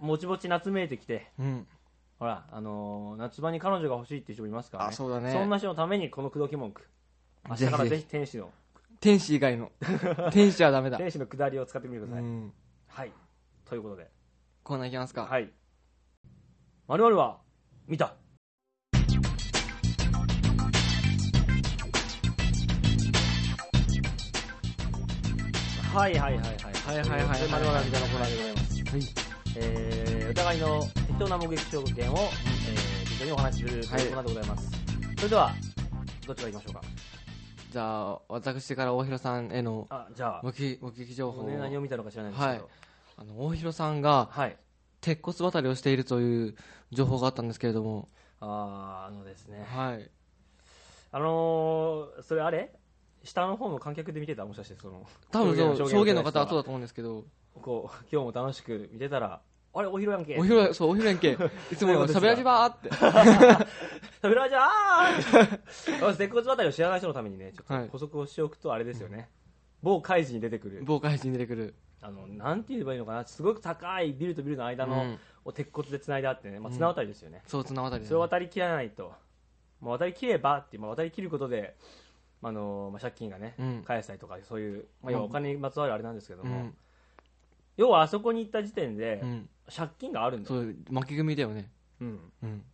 Speaker 1: もちもち夏めいてきて
Speaker 2: うん。
Speaker 1: ほらあの夏場に彼女が欲しいっていう人もいますからね
Speaker 2: あ、そうだ
Speaker 1: そん
Speaker 2: ね。
Speaker 1: な人のためにこの口説き文句明日
Speaker 2: ぜひぜひ
Speaker 1: からぜひ天使の
Speaker 2: 天使以外
Speaker 1: <laughs>
Speaker 2: の。天使はダメだ。
Speaker 1: 天使の下りを使ってみてくださ
Speaker 2: う
Speaker 1: い、
Speaker 2: ん。
Speaker 1: はいということで
Speaker 2: コーナーいきますか。
Speaker 1: はいまるは見たはいはいはいはい
Speaker 2: はいはいはい
Speaker 1: まるは見たのコーナーでございます
Speaker 2: はい。
Speaker 1: えーお互いの適当な目撃証言を、えー、適当にお話しするというコ
Speaker 2: はい
Speaker 1: ーナーでございます、それではどっちからいきましょうか
Speaker 2: じゃあ、私から大広さんへの
Speaker 1: あじゃあ
Speaker 2: 目撃目撃情報を
Speaker 1: ね何を見たのか知らないんですけど
Speaker 2: あの、大広さんが
Speaker 1: はい
Speaker 2: 鉄骨渡りをしているという情報があったんですけれども、
Speaker 1: あーあのですね
Speaker 2: はい。
Speaker 1: あのー、それあれ下の方の観客で見てたもしかしてその
Speaker 2: 多分そう、
Speaker 1: 証
Speaker 2: 証
Speaker 1: 言
Speaker 2: 言
Speaker 1: の
Speaker 2: の
Speaker 1: 方
Speaker 2: 方はそうだと思うんですけど、
Speaker 1: こう今日も楽しく見てたらあれお昼やんけ
Speaker 2: おひろ、そう、おひろや
Speaker 1: <laughs>
Speaker 2: んけ。いつもの喋らじばーって。
Speaker 1: 食べられちゃうあー <laughs> 絶骨渡りを知らない人のためにねちょっ
Speaker 2: は
Speaker 1: と
Speaker 2: い
Speaker 1: 補足をしておくとあれですよね、某怪事に出てくる
Speaker 2: 防火配信出てくる。
Speaker 1: あのなんて言えばいいのかなすごく高いビルとビルの間
Speaker 2: う
Speaker 1: の
Speaker 2: ん
Speaker 1: を鉄骨でつないであってね、まあ、綱渡りですよね、
Speaker 2: そう、綱渡りだね
Speaker 1: それを渡りきらないと、まあ、渡りきればっていう、まあ、渡りきることで、まああのまあ、借金がね、
Speaker 2: うん
Speaker 1: 返したりとかそういう、まあ、
Speaker 2: うん
Speaker 1: 要はお金にまつわるあれなんですけど
Speaker 2: う
Speaker 1: も、
Speaker 2: ん。
Speaker 1: 要はあそこに行った時点で、
Speaker 2: うん。
Speaker 1: 借金があるんだ
Speaker 2: そ
Speaker 1: よ、
Speaker 2: う、負け組だよね。
Speaker 1: うん、
Speaker 2: うん。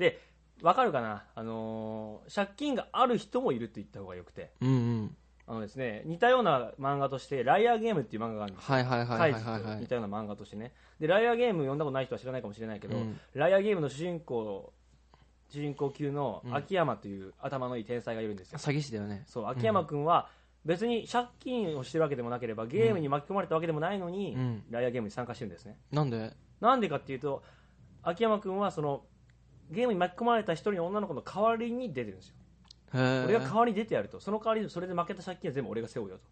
Speaker 1: わかるかな、あのー借金がある人もいると言った方がよくて
Speaker 2: うんうん。
Speaker 1: あのです、ね、似たような漫画として「ライアーゲーム」っていう漫画があるんです
Speaker 2: はいはいはいはい
Speaker 1: カ
Speaker 2: はい
Speaker 1: イジ
Speaker 2: は
Speaker 1: と似
Speaker 2: い。
Speaker 1: たような漫画としてねでライアーゲーム読んだことない人は知らないかもしれないけど、
Speaker 2: うん
Speaker 1: ライアーゲームの主人公主人公級の秋山という頭のいい天才がいるんですよ、
Speaker 2: 詐欺師だよね。
Speaker 1: そう秋山君は別に借金をしてるわけでもなければゲームに巻き込まれたわけでもないのに、
Speaker 2: うん
Speaker 1: ライアーゲームに参加してるんですね
Speaker 2: なんで
Speaker 1: なんでかっていうと秋山君はそのゲームに巻き込まれた一人の女の子の代わりに出てるんですよ、
Speaker 2: へえ。
Speaker 1: 俺が代わりに出てやるとその代わりにそれで負けた借金は全部俺が背負うよと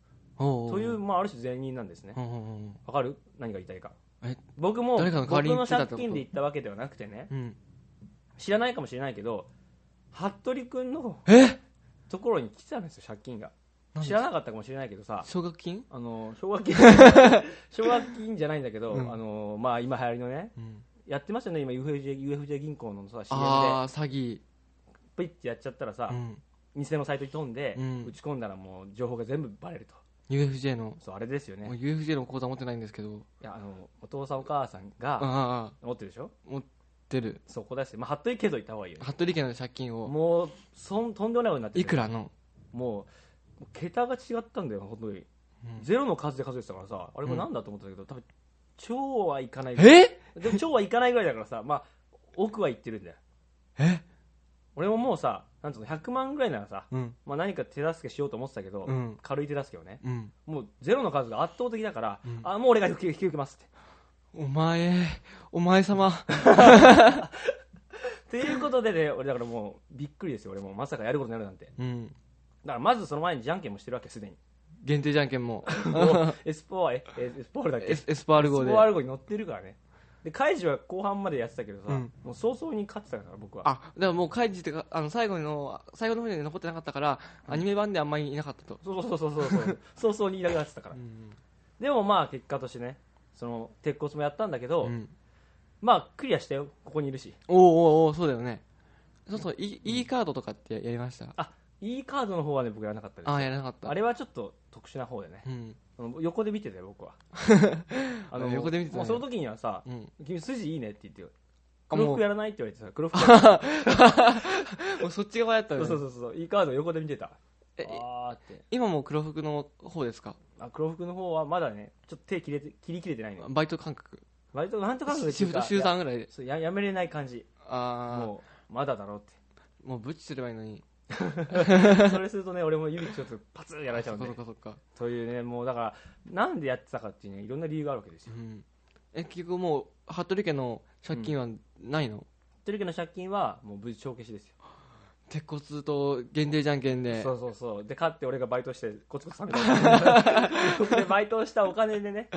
Speaker 2: おうおう
Speaker 1: という、まあ、ある種善人なんですね
Speaker 2: うんうんうん
Speaker 1: わかる何が言いたいか
Speaker 2: え
Speaker 1: 僕も
Speaker 2: 誰かの代わ
Speaker 1: 僕
Speaker 2: りに言
Speaker 1: の
Speaker 2: ってたっ
Speaker 1: 借
Speaker 2: てこと
Speaker 1: 金で行ったわけではなくてね
Speaker 2: うん
Speaker 1: 知らないかもしれないけど服部君の
Speaker 2: え
Speaker 1: ところに来てたんですよ借金が
Speaker 2: なんで
Speaker 1: 知らなかったかもしれないけどさ
Speaker 2: 奨学金
Speaker 1: あの奨
Speaker 2: <laughs>
Speaker 1: 学金奨学金じゃないんだけど、
Speaker 2: うん
Speaker 1: あのまあ、今流行りのね
Speaker 2: うん
Speaker 1: やってましたね今 UFJ, UFJ 銀行のさ CM
Speaker 2: ああ詐欺
Speaker 1: でプイってやっちゃったらさ
Speaker 2: う、ん
Speaker 1: 偽のサイトに飛んで、
Speaker 2: うん
Speaker 1: 打ち込んだらもう情報が全部バレると
Speaker 2: UFJ の
Speaker 1: そうあれですよ
Speaker 2: もう
Speaker 1: ね
Speaker 2: UFJ の口座持ってないんですけど
Speaker 1: いやあのお父さんお母さん
Speaker 2: ああ
Speaker 1: が
Speaker 2: ああ
Speaker 1: 持ってるでしょ
Speaker 2: 持ってる
Speaker 1: そこだし、まあ、服部家といった方がいいよ
Speaker 2: 服部家の借金を
Speaker 1: もうそんとんでもないことになって
Speaker 2: いく
Speaker 1: ら
Speaker 2: らの
Speaker 1: もう桁が違ったんだよ本当に、
Speaker 2: うん
Speaker 1: ゼロの数で数えてたからさあれこれなんだと思ってたけど、多分超はいかない
Speaker 2: え
Speaker 1: でも超はいかないぐらいだからさ、まあ、奥は行ってるんだよ
Speaker 2: え
Speaker 1: 俺ももうさなんつうの100万ぐらいならさ、
Speaker 2: うん
Speaker 1: まあ、何か手助けしようと思ってたけど、
Speaker 2: うん
Speaker 1: 軽い手助けをね
Speaker 2: うん
Speaker 1: もうゼロの数が圧倒的だから、
Speaker 2: うん
Speaker 1: あもう俺が引き引き受けますっ
Speaker 2: お前お前様
Speaker 1: て。ということでね、 <laughs> 俺だからもうびっくりですよ、俺もまさかやることになるなんて。だ
Speaker 2: うん
Speaker 1: からまずその前にじゃんけんもしてるわけ、す
Speaker 2: <laughs>
Speaker 1: でに。
Speaker 2: 限定じゃんけん <laughs> も
Speaker 1: もうエスポー、ええエスポールだっけ
Speaker 2: エスエスパール号で
Speaker 1: スポール号に乗ってるからね。で、カイジは後半までやってたけどさ、
Speaker 2: うん
Speaker 1: もう早々に勝ってたから、僕は。
Speaker 2: あだからもう開示ってかあの最後の最後の方に残ってなかったから、アニメ版であんまりいなかったと、
Speaker 1: そうそうそうそうそう。早
Speaker 2: <laughs>
Speaker 1: 々にいなくなってたから。
Speaker 2: ん
Speaker 1: でもまあ、結果としてね、その、鉄骨もやったんだけど、
Speaker 2: うん
Speaker 1: まあ、クリアしたよ、ここにいるし。
Speaker 2: おおおうおうそうだよねそうそう E, e カードとかってやりました
Speaker 1: あ、いいカードの方はね、僕やらなかったです。
Speaker 2: ああやらなかった
Speaker 1: あれはちょっと特殊な方でね。
Speaker 2: うん
Speaker 1: あの横で見てたよ僕
Speaker 2: <laughs>
Speaker 1: はあの
Speaker 2: 横で見てたね
Speaker 1: もうその時にはさ
Speaker 2: うんも
Speaker 1: 「君筋いいね」って言ってよ
Speaker 2: あ
Speaker 1: 黒
Speaker 2: もう
Speaker 1: 服やらないって言われてさ黒
Speaker 2: <laughs>
Speaker 1: 服やらない
Speaker 2: うそっち側やった
Speaker 1: そ
Speaker 2: よ
Speaker 1: う
Speaker 2: ね
Speaker 1: そうそうそういいカード横で見てた
Speaker 2: え
Speaker 1: あーって
Speaker 2: 今もう黒服の方ですか
Speaker 1: あ黒服の方はまだねちょっと手切れて切り切れてないのよ
Speaker 2: バイト感覚
Speaker 1: 割となんとかんとか
Speaker 2: シフト週
Speaker 1: いや
Speaker 2: 3ぐらいで
Speaker 1: そうややめれない感じ
Speaker 2: あ
Speaker 1: もうまだだろうっ
Speaker 2: <laughs> あもうブッチすればいいのに
Speaker 1: てそれするとね俺も指ちょっとパツンやられちゃ
Speaker 2: そ
Speaker 1: うんで
Speaker 2: っかそっかそっか
Speaker 1: というねもうだからなんでやってたかっていうねいろんな理由があるわけです
Speaker 2: う
Speaker 1: よ
Speaker 2: んえ結局もう服部家の借金はないの、
Speaker 1: テルケの借金はもう無事帳消しですよ
Speaker 2: 鉄骨と限定じゃんけんで
Speaker 1: そうそうそうで勝って俺がバイトしてコツコツ貯 <laughs> めたでバイトしたお金でね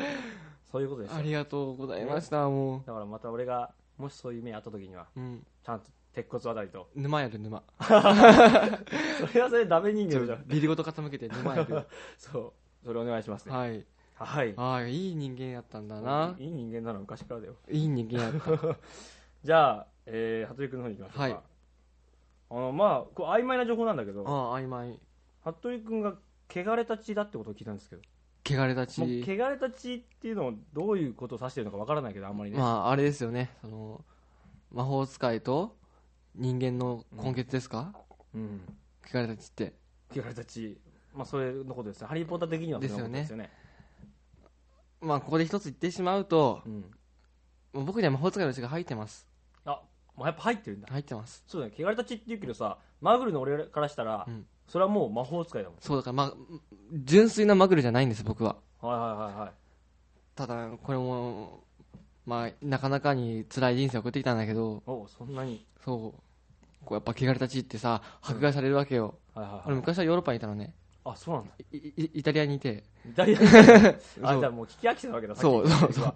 Speaker 1: そういうことです
Speaker 2: あ
Speaker 1: よ
Speaker 2: りがとうございましたも
Speaker 1: だからまた俺がもしそういう目にあった時には
Speaker 2: う、うん、
Speaker 1: ちゃんと鉄骨渡りと
Speaker 2: 沼やる沼
Speaker 1: それはそれダメ人間じゃん
Speaker 2: ビリごと傾けて沼やる
Speaker 1: <laughs> そうそれお願いしますね
Speaker 2: はい
Speaker 1: はい
Speaker 2: ああいい人間やったんだない
Speaker 1: い人間なの昔からだよ
Speaker 2: いい人間やった
Speaker 1: <laughs> じゃあ、えー、服部君の方に行きましょうか、
Speaker 2: はい
Speaker 1: あのまあこう曖昧な情報なんだけど
Speaker 2: ああ曖昧
Speaker 1: 服部君が汚れた血だってことを聞いたんですけど
Speaker 2: 汚れた
Speaker 1: もう
Speaker 2: ち
Speaker 1: 汚れた血っていうのをどういうことを指してるのかわからないけどあんまりね、
Speaker 2: まああれですよねその魔法使いと人間の根血ですか、
Speaker 1: うん
Speaker 2: 汚れたちって
Speaker 1: 汚れたち、まあ、それのことですね、ハリー・ポッター的には
Speaker 2: ですよね
Speaker 1: そのこと
Speaker 2: まあここで一つ言ってしまうと
Speaker 1: ですよね、うん
Speaker 2: もう僕には魔法使いの血が入ってます
Speaker 1: あまあやっぱ入ってるんだ、
Speaker 2: 入ってます
Speaker 1: そうだね、汚れたちっていうけどさ、マグルの俺からしたら、
Speaker 2: うん
Speaker 1: それはもう魔法使いだも
Speaker 2: そうだからまあ純粋なマグルじゃないんです僕は
Speaker 1: ん、はいはいはいはい、
Speaker 2: ただこれもまあなかなかに辛い人生を送ってきたんだけど
Speaker 1: おうそんなに、
Speaker 2: そうこうやっぱ汚れたちってさ迫害されるわけよ、
Speaker 1: はいはい
Speaker 2: 俺
Speaker 1: はい、
Speaker 2: 昔はヨーロッパにいたのね
Speaker 1: あそうなんだ、
Speaker 2: いいイタリアにいて
Speaker 1: イタリア
Speaker 2: <laughs>
Speaker 1: 人あ
Speaker 2: そう
Speaker 1: じゃあもう聞き飽きてたわけだ、
Speaker 2: そう
Speaker 1: さっ
Speaker 2: そう
Speaker 1: き
Speaker 2: そう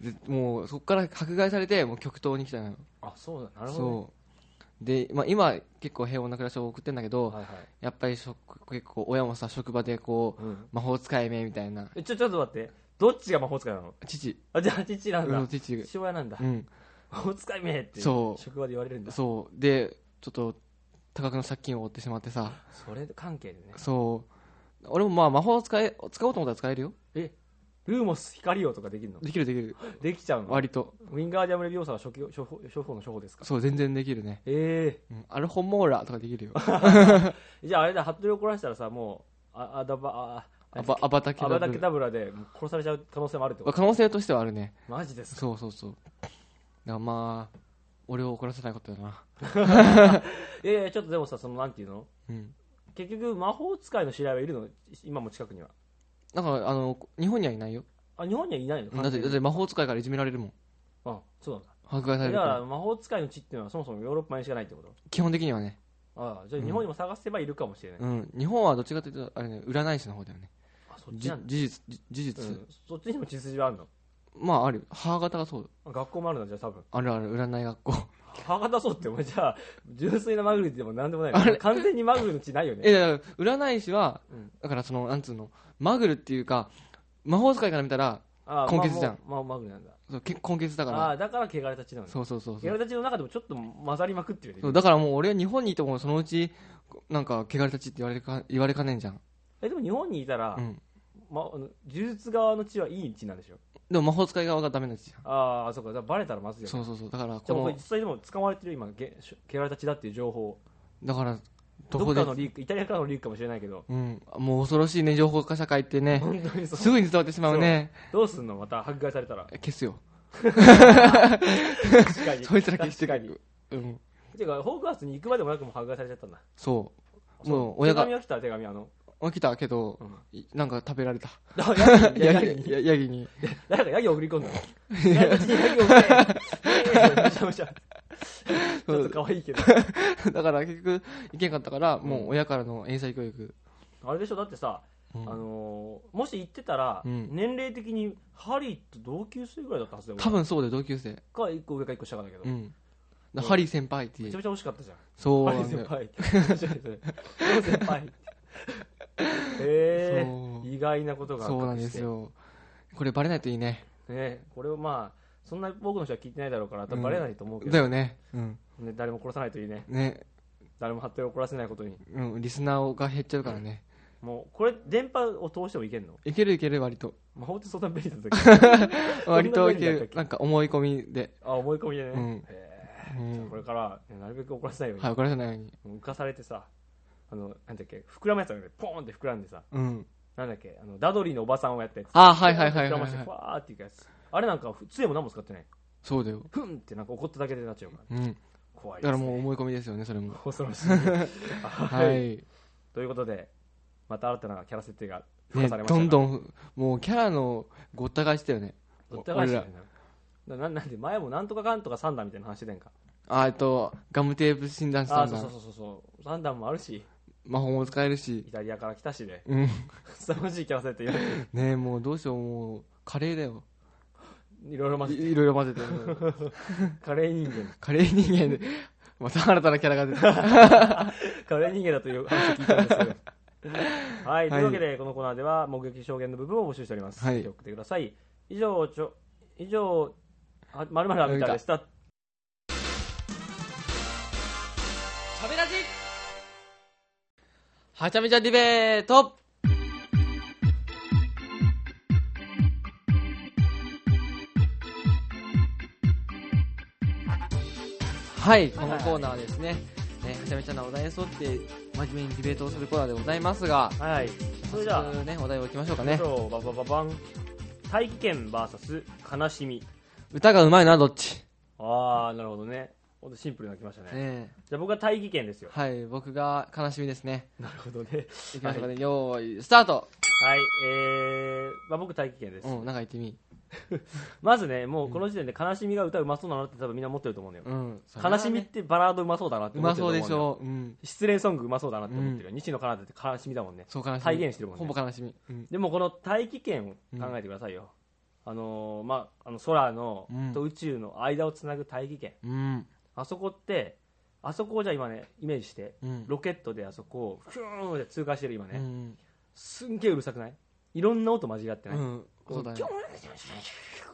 Speaker 2: でもうそこから迫害されてもう極東に来たのよ
Speaker 1: あそうだ、なるほどね、
Speaker 2: そうで、まあ、今結構平穏な暮らしを送ってんだけど、
Speaker 1: はいはい
Speaker 2: やっぱり職結構親もさ職場でこう
Speaker 1: うん、
Speaker 2: 魔法使いめみたいな
Speaker 1: えちょちょっと待って、どっちが魔法使いなの
Speaker 2: 父
Speaker 1: あじゃあ、父なんだ、
Speaker 2: うん父
Speaker 1: 父親なんだ
Speaker 2: う、ん
Speaker 1: 魔法使いめって、
Speaker 2: そう
Speaker 1: 職場で言われるんだ、そ
Speaker 2: そうでちょっと多額の借金を負ってしまってさ
Speaker 1: れ関係でね、
Speaker 2: そう俺もまあ魔法を使え使おうと思ったら使えるよ
Speaker 1: えルーモス光よとかできるの
Speaker 2: できるでき
Speaker 1: <laughs>
Speaker 2: る
Speaker 1: できちゃうの
Speaker 2: 割と
Speaker 1: ウィンガーディアムレビオーサは初期処方処方の処方ですか
Speaker 2: そう全然できるね、
Speaker 1: え
Speaker 2: うん、アルホモーラとかできる
Speaker 1: <laughs>
Speaker 2: よ
Speaker 1: えじゃああれだ服部を怒らせたらさもうああだばあ
Speaker 2: アバアバタケ
Speaker 1: ア
Speaker 2: ダ
Speaker 1: バ
Speaker 2: ブ
Speaker 1: ダ
Speaker 2: ル
Speaker 1: ケダブラでもう殺されちゃう可能性もあるってこと
Speaker 2: 可能性としてはあるね
Speaker 1: マジですか
Speaker 2: そうそうそうだからまあ俺を怒らせないことだな、
Speaker 1: いやいやちょっとでもさそのなんていうの
Speaker 2: うん、
Speaker 1: 結局魔法使いの知り合いはいるの今も近くには
Speaker 2: だからあの日本にはいないよ
Speaker 1: あ日本にはいないの
Speaker 2: だってだって魔法使いからいじめられるもん
Speaker 1: あそうなんだ
Speaker 2: 迫害され
Speaker 1: え
Speaker 2: る
Speaker 1: だ
Speaker 2: か
Speaker 1: からら魔法使いの地っていうのはそもそもヨーロッパにしかないってこと
Speaker 2: 基本的にはね、
Speaker 1: ああじゃあ日本にも探せばいるかもしれない、
Speaker 2: うん、日本はどっちかというとあれ、ね、占い師の方だよね
Speaker 1: ああそっち
Speaker 2: じ
Speaker 1: なん
Speaker 2: 事
Speaker 1: だ、
Speaker 2: 実じ事
Speaker 1: う
Speaker 2: 実、
Speaker 1: ん、そっちにも血筋はあるの
Speaker 2: まあある母方がそう
Speaker 1: あ学校もあるんだじゃあ多分
Speaker 2: あるある占い学校
Speaker 1: 母方そうってお前じゃあ純粋なマグリでも何でもない
Speaker 2: あれ
Speaker 1: の完全にマグリの血ないよね
Speaker 2: えだから占い師は
Speaker 1: うん
Speaker 2: だからそのなんつうのマグルっていうか魔法使いから見たら
Speaker 1: あ
Speaker 2: 根血じゃん
Speaker 1: まあ、まあ、マグリなんだ
Speaker 2: そうけ根血だか
Speaker 1: あ
Speaker 2: ら
Speaker 1: あーだから汚れた血なんだ
Speaker 2: そうそうそうそ
Speaker 1: 汚れ
Speaker 2: う
Speaker 1: た血の中でもちょっと混ざりまくってるよね
Speaker 2: そうだからもう俺日本にいてもそのうちなんか汚れたちって言われるか言われかねえじゃん、
Speaker 1: えでも日本にいたら、
Speaker 2: うん、
Speaker 1: ま、あの呪術側の血はいい血なんでしょ
Speaker 2: でも魔法使い側がダメなやつじゃん
Speaker 1: ああそうかだからバレたらまずいよね
Speaker 2: そうそうそうだから
Speaker 1: で
Speaker 2: こ
Speaker 1: もこれ
Speaker 2: の
Speaker 1: 実際でも使われてる今け蹴られた血だっていう情報
Speaker 2: だから
Speaker 1: ど
Speaker 2: ど
Speaker 1: こ
Speaker 2: こ
Speaker 1: っか
Speaker 2: で
Speaker 1: のリークイタリアからのリークかもしれないけど
Speaker 2: うん、もう恐ろしいね情報化社会ってね
Speaker 1: 本当にそう
Speaker 2: すぐに伝わってしまうね
Speaker 1: どうすんのまた迫害されたら
Speaker 2: 消すよ
Speaker 1: 確かに
Speaker 2: <laughs> そいつら消して
Speaker 1: 確かに
Speaker 2: うん、
Speaker 1: てかホークワーツに行くまでもなくもう迫害されちゃったんだ
Speaker 2: そうもう親が
Speaker 1: 手紙が来たら手紙あの
Speaker 2: 起きたけど、いなんか食べ
Speaker 1: <laughs>
Speaker 2: られた
Speaker 1: だからヤギに
Speaker 2: <laughs> ヤ
Speaker 1: ヤギに
Speaker 2: ギにヤギに <laughs>
Speaker 1: 誰かヤギ送り込んだのヤギにヤギ送ってめちゃめちゃちょっと可愛いけど
Speaker 2: だから結局行けんかったからもう親からの英才教育、
Speaker 1: あれでしょだってさ、
Speaker 2: うん
Speaker 1: あのーもし行ってたら、
Speaker 2: うん
Speaker 1: 年齢的にハリーと同級生ぐらいだったはずだよ
Speaker 2: 多分そうで同級生
Speaker 1: か1個上か1個下かだけど、
Speaker 2: うん
Speaker 1: うん
Speaker 2: ハリー先輩ってい
Speaker 1: めちゃ
Speaker 2: う
Speaker 1: めちゃ惜しかったじゃん
Speaker 2: そう
Speaker 1: ハ
Speaker 2: な
Speaker 1: リー
Speaker 2: んだ
Speaker 1: 先
Speaker 2: よ
Speaker 1: 輩面白いねハリー先輩へ
Speaker 2: そ
Speaker 1: え意外なことが
Speaker 2: そうなんですよこれバレないといいね
Speaker 1: ねこれをまあそんな多くの人は聞いてないだろうから多分バレないと思うけ
Speaker 2: だ
Speaker 1: ど、
Speaker 2: よねうん
Speaker 1: ね、誰も殺さないといいね
Speaker 2: ね
Speaker 1: 誰も発展を怒らせないことに
Speaker 2: うんリスナーが減っちゃうからね
Speaker 1: もうこれ電波を通してもいけんの
Speaker 2: いけるいける割と
Speaker 1: 魔法ってそんな便利だ
Speaker 2: <laughs>
Speaker 1: ったっけ
Speaker 2: 割とい
Speaker 1: 便利
Speaker 2: け
Speaker 1: だったっ
Speaker 2: る
Speaker 1: け
Speaker 2: なんか思い込みで
Speaker 1: あ思い込みでね、
Speaker 2: うん
Speaker 1: へ
Speaker 2: う
Speaker 1: えじゃあ
Speaker 2: ん
Speaker 1: これから、ねなるべく怒らせないように
Speaker 2: はい怒らせないように
Speaker 1: もう浮かされてさあのなんだっけ膨らむやつだよねポーンって膨らんでさ
Speaker 2: うん
Speaker 1: なんだっけあのダドリーのおばさんをやったやつ
Speaker 2: あーはいはいはい
Speaker 1: ポ
Speaker 2: は
Speaker 1: ー
Speaker 2: い
Speaker 1: ンって
Speaker 2: は
Speaker 1: 膨らまして
Speaker 2: い
Speaker 1: ファーっていくやつあれなんかふ杖も何も使ってない
Speaker 2: そうだよ
Speaker 1: ふんってなんか怒っただけでなっちゃうから
Speaker 2: うん
Speaker 1: 怖い
Speaker 2: だ
Speaker 1: で
Speaker 2: か
Speaker 1: す
Speaker 2: らもう思い込みですよねそれも
Speaker 1: 恐ろしい
Speaker 2: <laughs>
Speaker 1: は、
Speaker 2: はいい
Speaker 1: ということでまた新たなキャラ設定が付
Speaker 2: ね
Speaker 1: 加されました
Speaker 2: どん
Speaker 1: ん
Speaker 2: どんもうキャラのごった返したよね
Speaker 1: どった返しだよねなななんで前もなんとかかんとかサンダーみたいな話してんか
Speaker 2: あえっとガムテープ診断した
Speaker 1: あ
Speaker 2: ん
Speaker 1: そう
Speaker 2: だ
Speaker 1: そうそうそうそうサンダーもあるし
Speaker 2: 魔法も使える
Speaker 1: イ
Speaker 2: し
Speaker 1: タリアから来たしで
Speaker 2: うん
Speaker 1: 凄まじいキャラ設定い
Speaker 2: ねえもうどうしようもうカレーだよ
Speaker 1: ろいろ混ぜて
Speaker 2: いいろいろ混ぜてる
Speaker 1: カレー人間
Speaker 2: <laughs> カレー人間でまた新たなキャラが出た
Speaker 1: カレー人間だという話を聞いたんですけどはい、というわけでこのコーナーでは目撃証言の部分を募集しております、
Speaker 2: はい
Speaker 1: 送ってください以上ちょ以上あまるまるアミタでした
Speaker 2: 喋らじはちゃめちゃディベートはい、このコーナーはですね、ねはちゃめちゃなお題に沿って真面目にディベートをするコーナーでございますが、
Speaker 1: はいそれじゃあ
Speaker 2: 早速ね、お題をいきましょうか
Speaker 1: 以
Speaker 2: ね。
Speaker 1: 上ババババン体験 VS 悲しみ
Speaker 2: 歌がうまいのはどっち
Speaker 1: ああなるほどねほんとシンプルになきましたね
Speaker 2: ね
Speaker 1: じゃあ僕は大義見
Speaker 2: <laughs>
Speaker 1: ですよ
Speaker 2: はい、僕が悲しみですね。
Speaker 1: なるほどね
Speaker 2: いきましょうかね、よーい、スタート
Speaker 1: はいえーまあ、僕大義見です、
Speaker 2: うん、なんか言ってみ。
Speaker 1: まずねもうこの時点で悲しみが歌うまそうだなって多分みんな思ってると思うのよ、
Speaker 2: うん、
Speaker 1: 悲しみってバラードうまそうだなって
Speaker 2: う
Speaker 1: 思っ
Speaker 2: ま
Speaker 1: てると
Speaker 2: そ
Speaker 1: 思う
Speaker 2: う
Speaker 1: のよ
Speaker 2: でしょう。うん。
Speaker 1: 失恋ソングうまそうだなって思ってるよ、西野カナダって悲しみだもんね
Speaker 2: そう悲しみ。
Speaker 1: 体現してるもんね
Speaker 2: ほぼ悲しみ。うん。
Speaker 1: でもこの大気圏を考えてくださいよ、あのーまああの空の、
Speaker 2: うん
Speaker 1: と宇宙の間をつなぐ大気圏
Speaker 2: うん。
Speaker 1: あそこってあそこをじゃあ今ねイメージして
Speaker 2: うん。
Speaker 1: ロケットであそこをフューンって通過してる今ね、
Speaker 2: うん。
Speaker 1: すんげえうるさくないいろんな音混じり合ってない、
Speaker 2: うん。
Speaker 1: こ
Speaker 2: そうだね
Speaker 1: キュ。ーン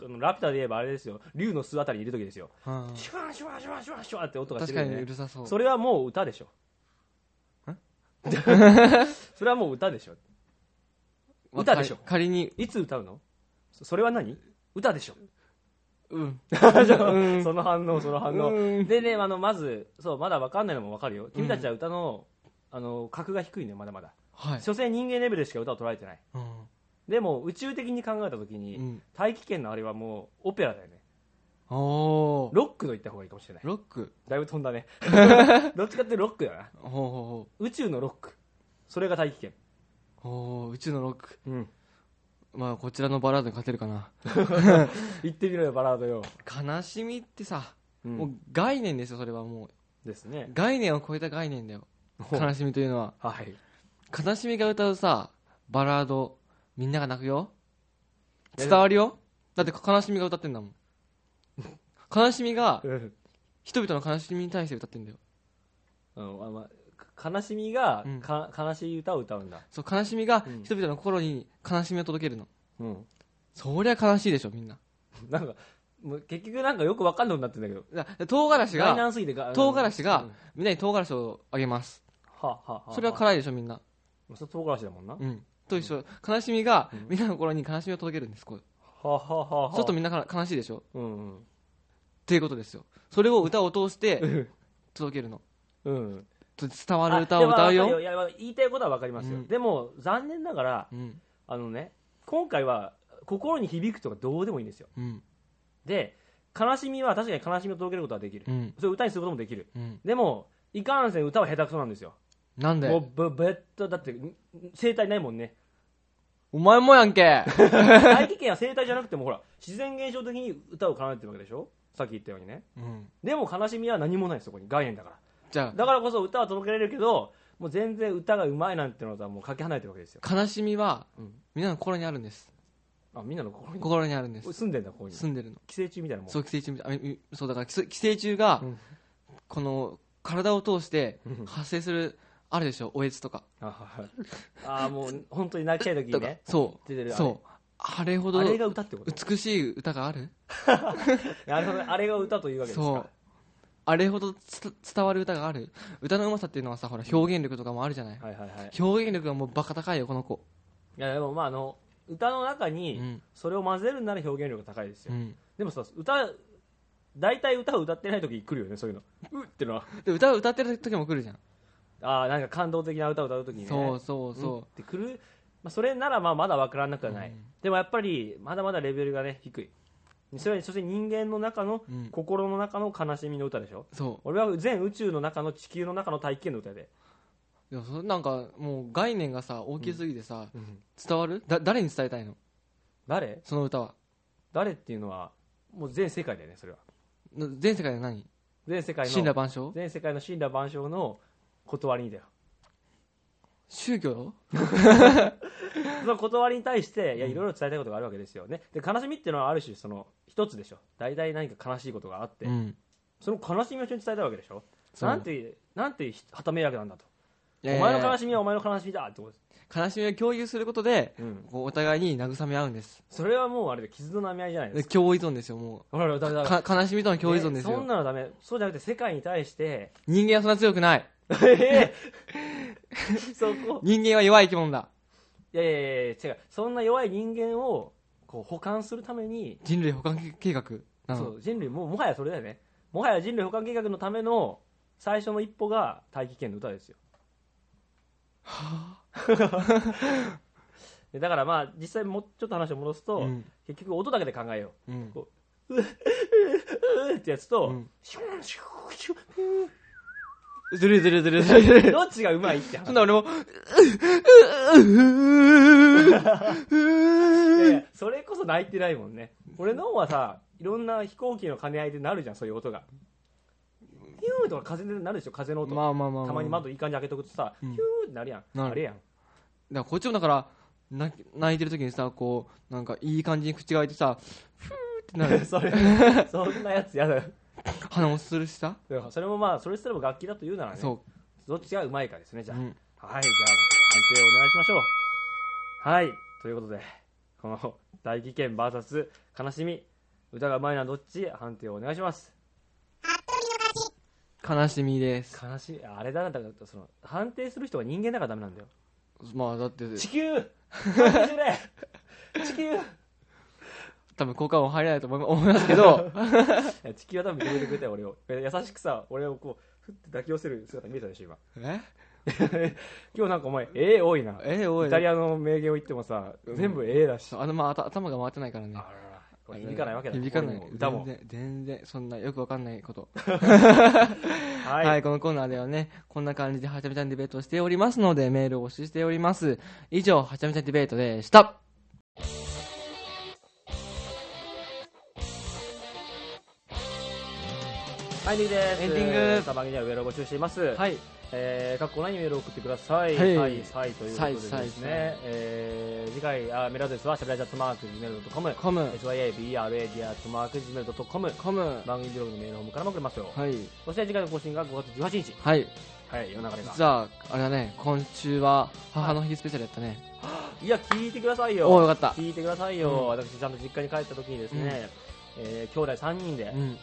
Speaker 1: あのラピュタで言えばあれですよ竜の巣あたりにいる時ですよ
Speaker 2: うん
Speaker 1: シュワンシュワンシュワンシュワンシュワンって音がしてる
Speaker 2: 確か
Speaker 1: よ
Speaker 2: に
Speaker 1: ね
Speaker 2: うるさそう。
Speaker 1: それはもう歌でしょ <laughs> それはもう歌でしょ
Speaker 2: まあ
Speaker 1: 歌でしょ
Speaker 2: 仮仮に、
Speaker 1: いつ歌うのそそれは何歌でしょ
Speaker 2: うん。
Speaker 1: うん <laughs> その反応その反応、
Speaker 2: うん
Speaker 1: でねあのまずそうまだ分かんないのも分かるよ君たちは歌の,、あの格が低いねまだまだ
Speaker 2: はい。
Speaker 1: 所詮人間レベルでしか歌を捉えてない
Speaker 2: うん
Speaker 1: でも宇宙的に考えた時に、
Speaker 2: うん。
Speaker 1: 大気圏のあれはもうオペラだよね
Speaker 2: おー。
Speaker 1: ロックと言った方がいいかもしれない
Speaker 2: ロック。
Speaker 1: だいぶ飛んだ
Speaker 2: <laughs>
Speaker 1: ねどっちかっていうとロックだな
Speaker 2: ほうほ
Speaker 1: 宇宙のロックそれが大気圏
Speaker 2: うほう。おー、宇宙のロック。
Speaker 1: うん
Speaker 2: まあ、こちらのバラードに勝てるかな。
Speaker 1: 言ってみろよバラードよ、
Speaker 2: 悲しみってさ、
Speaker 1: う
Speaker 2: もう概念ですよ、それはも
Speaker 1: です
Speaker 2: う
Speaker 1: ね。
Speaker 2: 概念を超えた概念だよ。悲しみというのは。
Speaker 1: はい。
Speaker 2: 悲しみが歌うさ、バラード、みんなが泣くよ
Speaker 1: いや
Speaker 2: 伝わるよだって悲しみが歌ってんだもん悲しみが
Speaker 1: うん
Speaker 2: 人々の悲しみに対して歌ってんだよ
Speaker 1: うんあまあか悲しみが、
Speaker 2: うん
Speaker 1: か悲しい歌を歌うんだ、
Speaker 2: そう悲しみが
Speaker 1: うん
Speaker 2: 人々の心に悲しみを届けるの、
Speaker 1: うん、
Speaker 2: そりゃ悲しいでしょみんな
Speaker 1: なんかもう結局なんかよくわかんなくなってんだけど
Speaker 2: だ唐辛子
Speaker 1: ガイナ
Speaker 2: が
Speaker 1: ンすぎてが
Speaker 2: 唐辛子が
Speaker 1: うん
Speaker 2: みんなに唐辛子をあげます
Speaker 1: はあはあはあ
Speaker 2: それは辛いでしょみんな
Speaker 1: それ唐辛子だもんな、は
Speaker 2: うんと一緒悲しみが
Speaker 1: うん
Speaker 2: みんなの心に悲しみを届けるんですこう
Speaker 1: あはあはあはあ
Speaker 2: ちょっとみんなから悲しいでしょっ
Speaker 1: うんうん
Speaker 2: ていうことですよそれを歌を通して届けるの
Speaker 1: うん
Speaker 2: と伝わる歌を歌う
Speaker 1: あでもわか
Speaker 2: よ
Speaker 1: るいや言いたいことはわかりますよ、
Speaker 2: うん
Speaker 1: でも残念ながら
Speaker 2: うん
Speaker 1: あのね今回は心に響くとかどうでもいいんですよ
Speaker 2: うん
Speaker 1: で悲しみは確かに悲しみを届けることはできる、
Speaker 2: うん
Speaker 1: それを歌にすることもできる
Speaker 2: うん
Speaker 1: でもいかんせん歌は下手くそなんですよ
Speaker 2: な
Speaker 1: も
Speaker 2: んで
Speaker 1: うぶべっとだってん声帯ないもん
Speaker 2: <laughs>
Speaker 1: ね
Speaker 2: お前もやんけ
Speaker 1: 大気圏は声帯じゃなくてもほら自然現象的に歌を奏でてるわけでしょさっき言ったようにね
Speaker 2: うん
Speaker 1: でも悲しみは何もないそこに概念だから
Speaker 2: じゃ
Speaker 1: だからこそ歌は届けられるけどもう全然歌がうまいなんてのとはもうかけ離れてるわけですよ
Speaker 2: あ悲しみは
Speaker 1: うん
Speaker 2: みんなの心にあるんです
Speaker 1: あみんなの心に
Speaker 2: 心にあるんです
Speaker 1: 住んでんだここに
Speaker 2: 住んでるの
Speaker 1: 寄生虫みたいなもん
Speaker 2: そう寄生虫みたいあみそうだから寄生寄生虫が
Speaker 1: うん
Speaker 2: この体を通して
Speaker 1: うん
Speaker 2: 発生するあるでしょおえつとか
Speaker 1: <laughs> あはいあーもう本当に泣きたい時
Speaker 2: と
Speaker 1: に
Speaker 2: か
Speaker 1: ね
Speaker 2: そ
Speaker 1: 出て
Speaker 2: う
Speaker 1: る
Speaker 2: そうあれほ
Speaker 1: あ
Speaker 2: ど
Speaker 1: れあれが歌ってこと
Speaker 2: 美しい歌がある
Speaker 1: なるほどねあれが歌というわけです
Speaker 2: そ
Speaker 1: か
Speaker 2: うあれほどつ伝わる歌がある歌のうまさっていうのはさほら表現力とかもあるじゃない
Speaker 1: はいはいはい
Speaker 2: 表現力がもうバカ高いよこの子
Speaker 1: いやでもまああの歌の中
Speaker 2: う
Speaker 1: に
Speaker 2: ん
Speaker 1: それを混ぜるなら表現力が高いです
Speaker 2: う
Speaker 1: よ、
Speaker 2: ん
Speaker 1: でもさ歌大体歌を歌ってない時に来るよねそういうのうってのは
Speaker 2: で歌歌ってる時も来るじゃん
Speaker 1: ああなんか感動的な歌を歌う時にね
Speaker 2: そう
Speaker 1: う
Speaker 2: そう
Speaker 1: んっ
Speaker 2: そ
Speaker 1: てくる、まあ、それならまあまだ分からなくはない、
Speaker 2: うん
Speaker 1: でもやっぱりまだまだレベルがね低いそれはそして人間の中の
Speaker 2: ううん
Speaker 1: 心の中の悲しみの歌でしょ
Speaker 2: そ
Speaker 1: 俺は全宇宙の中の地球の中の大気圏の歌で、
Speaker 2: うでもそなんかもう概念がさ大きすぎてさ伝わるだ誰に伝えたいの
Speaker 1: 誰
Speaker 2: その歌は
Speaker 1: 誰っていうのはもう全世界だよねそれは
Speaker 2: な全世界で何
Speaker 1: 全世界
Speaker 2: 神羅
Speaker 1: の
Speaker 2: 万象
Speaker 1: 全世界の神羅万象の断りにだよ
Speaker 2: 宗教
Speaker 1: その断りに対していやいろいろ伝えたいことがあるわけですよねで悲しみっていうのはある種その一つでしょ大体何か悲しいことがあって、
Speaker 2: うん
Speaker 1: その悲しみを一緒に伝えたいわけでしょ
Speaker 2: そう
Speaker 1: なんてなんてはた迷惑なんだと
Speaker 2: いやい
Speaker 1: お
Speaker 2: やいや
Speaker 1: 前の悲しみはお前の悲しみだってことです、
Speaker 2: 悲しみを共有することでこうお互いに慰め合うんです
Speaker 1: それはもうあれで傷のなみ合いじゃないで
Speaker 2: です
Speaker 1: か
Speaker 2: 共依存ですよも
Speaker 1: ほらほらだめだ
Speaker 2: う
Speaker 1: め
Speaker 2: か悲しみとの共依存です
Speaker 1: そ
Speaker 2: よ
Speaker 1: んなのダメそうじゃなくて世界に対して
Speaker 2: 人間はそんな強くない
Speaker 1: ええ <laughs> そこ
Speaker 2: 人間は弱い生き物だ
Speaker 1: いやいやいや違うそんな弱い人間をこう保管するために、
Speaker 2: 人類保管計画な
Speaker 1: そ
Speaker 2: の
Speaker 1: う人類もうもはやそれだよねもはや人類保管計画のための最初の一歩が大気圏の歌ですよ <laughs> でだからまあ実際もうちょっと話を戻すと、
Speaker 2: うん
Speaker 1: 結局音だけで考えよ
Speaker 2: うん
Speaker 1: ううーってやつと、
Speaker 2: うん
Speaker 1: シュンシュンシュンピュン
Speaker 2: ずるいずるいずるいずるいずるい
Speaker 1: どっちがうまいって話
Speaker 2: <laughs> そんな俺も
Speaker 1: いやいやそれこそ泣いてないもんね俺の方はさいろんな飛行機の兼ね合いでなるじゃんそういう音がヒューとか風でなるでしょ風の音、
Speaker 2: まあまあまあ
Speaker 1: たまに
Speaker 2: だか
Speaker 1: 窓いい感じ開けとくとさ、
Speaker 2: うん
Speaker 1: ヒューってなるやん
Speaker 2: なる
Speaker 1: あれやん
Speaker 2: らこっちもだから泣き泣いてる時にさこうなんかいい感じに口が開いてさふーってなる
Speaker 1: <laughs> それそんなやつやだよ
Speaker 2: 鼻もするしさ
Speaker 1: でもそれもまあそれすれば楽器だと言うならね
Speaker 2: そ
Speaker 1: どっちがうまいかですねじ
Speaker 2: う
Speaker 1: ゃ
Speaker 2: う
Speaker 1: あ、
Speaker 2: ん
Speaker 1: はいじゃあ判定をお願いしましょうはいということでこの大技研 VS 悲しみ歌がうまいのはどっち判定をお願いします
Speaker 2: 悲しみです
Speaker 1: 悲しいあれだなだからその判定する人が人間だからダメなんだよ
Speaker 2: まあだって
Speaker 1: 地 <laughs> 球判定してくれ地
Speaker 2: 多分効果音入らないと思い思いますけど
Speaker 1: 球地球は多分認めてくれたよ俺を優しくさ俺をこうふって抱き寄せる姿見 <laughs> えたでしょ今
Speaker 2: え
Speaker 1: 今日なんかお前ええ多いな
Speaker 2: えおい
Speaker 1: イタリアの名言を言ってもさ全部ええだし、
Speaker 2: そうあのまあ頭頭が回ってないからね
Speaker 1: あららこれ響かないわけだ
Speaker 2: 響かない
Speaker 1: 心にも歌も
Speaker 2: 全然全然そんなよくわかんないこと
Speaker 1: は、
Speaker 2: はいい、このコーナーではねこんな感じではちゃめちゃんディベートをしておりますのでメールを募集しております以上はちゃめちゃんディベートでした
Speaker 1: はい、エンディングです。
Speaker 2: エンディング
Speaker 1: サバゲにはメールを募集しています。
Speaker 2: はい
Speaker 1: えー、かっこないにメールを送ってください。
Speaker 2: はい
Speaker 1: はい、はい、ということでです
Speaker 2: はいは
Speaker 1: ね。えー、次回、あメールアドレスは、しゃべらじゃつまーくじめる .com、
Speaker 2: コム
Speaker 1: syabradia つまーくじめる .com、
Speaker 2: コムは
Speaker 1: 番組ブログのメールホームからも送れますよ。
Speaker 2: い
Speaker 1: そして次回の更新が5月18日。
Speaker 2: はい
Speaker 1: はい、夜中で
Speaker 2: 実はあれだね今週は母の日スペシャルやったね、
Speaker 1: いや、聞いてください
Speaker 2: おお
Speaker 1: よ。
Speaker 2: よかった
Speaker 1: 聞いてくださいよ。
Speaker 2: うん
Speaker 1: 私、ちゃんと実家に帰った時にですね、えー、兄弟3人で
Speaker 2: うんうん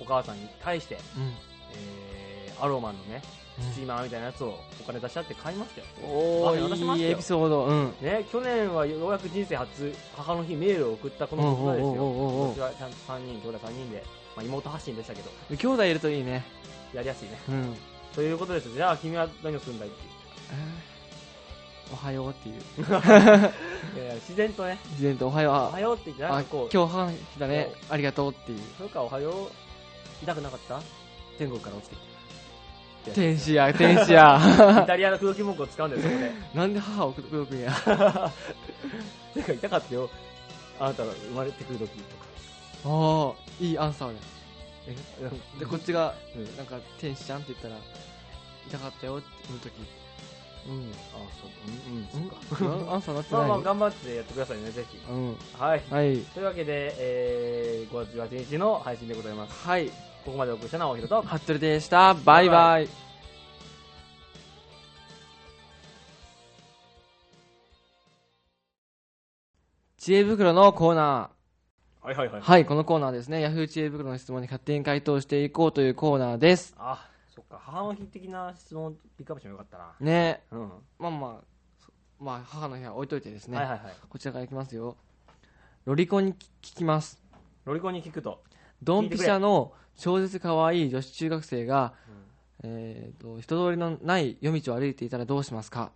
Speaker 1: お母さんに対して、えー、アロマのね、スチーマーみたいなやつをお金出し合って買いましたよ。
Speaker 2: お
Speaker 1: あ渡しま
Speaker 2: お
Speaker 1: し
Speaker 2: い
Speaker 1: た
Speaker 2: い
Speaker 1: よ
Speaker 2: エピソードうん
Speaker 1: ね、去年はようやく人生初母の日メールを送ったこの僕がです
Speaker 2: おうおうおうおうお
Speaker 1: よ
Speaker 2: う
Speaker 1: 私はちゃんと3人兄弟3人で、まあ、妹発信でしたけど
Speaker 2: 兄弟いるといいね
Speaker 1: やりやすいね
Speaker 2: うん
Speaker 1: ということですじゃあ君は何をするんだいって
Speaker 2: おはようっていう
Speaker 1: いういやいや自然とね
Speaker 2: 自然とおはよう
Speaker 1: お
Speaker 2: あ
Speaker 1: はようって言ってな
Speaker 2: あ
Speaker 1: んかこ
Speaker 2: 今
Speaker 1: う
Speaker 2: 日母の日だねありがとうっていう
Speaker 1: そうかおはよう痛くなかった天国から落ちてき
Speaker 2: 天使や天使
Speaker 1: <laughs>
Speaker 2: や <laughs>
Speaker 1: たイタリアの空気文句を使うんだよそこで
Speaker 2: なんで母を口説くんや
Speaker 1: てか痛かったよあなたが生まれてくる時とか
Speaker 2: ああいいアンサーねでこっちが
Speaker 1: うん
Speaker 2: なんか天使ちゃんって言ったら痛かったよって言う時
Speaker 1: うんあそううんうんそうか
Speaker 2: うんアンサーなって
Speaker 1: まあまあ
Speaker 2: ない
Speaker 1: 頑張ってやってくださいねぜひ
Speaker 2: うん
Speaker 1: はい
Speaker 2: はい
Speaker 1: というわけで、えー、5月18日の配信でございます
Speaker 2: はい
Speaker 1: ここまでお送りしたのは大広と
Speaker 2: ハットルでしたバイバイ知恵袋のコーナ
Speaker 1: はいはいは
Speaker 2: ーはいこのコーナーですね Yahoo 知恵袋の質問に勝手に回答していこうというコーナーです
Speaker 1: あそっか母の日的な質問ピックアップしてもよかったな
Speaker 2: ね
Speaker 1: うん、
Speaker 2: まあまあそまあ母の日は置いといてですね、
Speaker 1: はいはいはい
Speaker 2: こちらからいきますよロリコンに聞きます
Speaker 1: ロリコンに聞くと
Speaker 2: ドンピシャの超絶可愛い女子中学生が、えー、と人通りのない夜道を歩いていたらどうしますか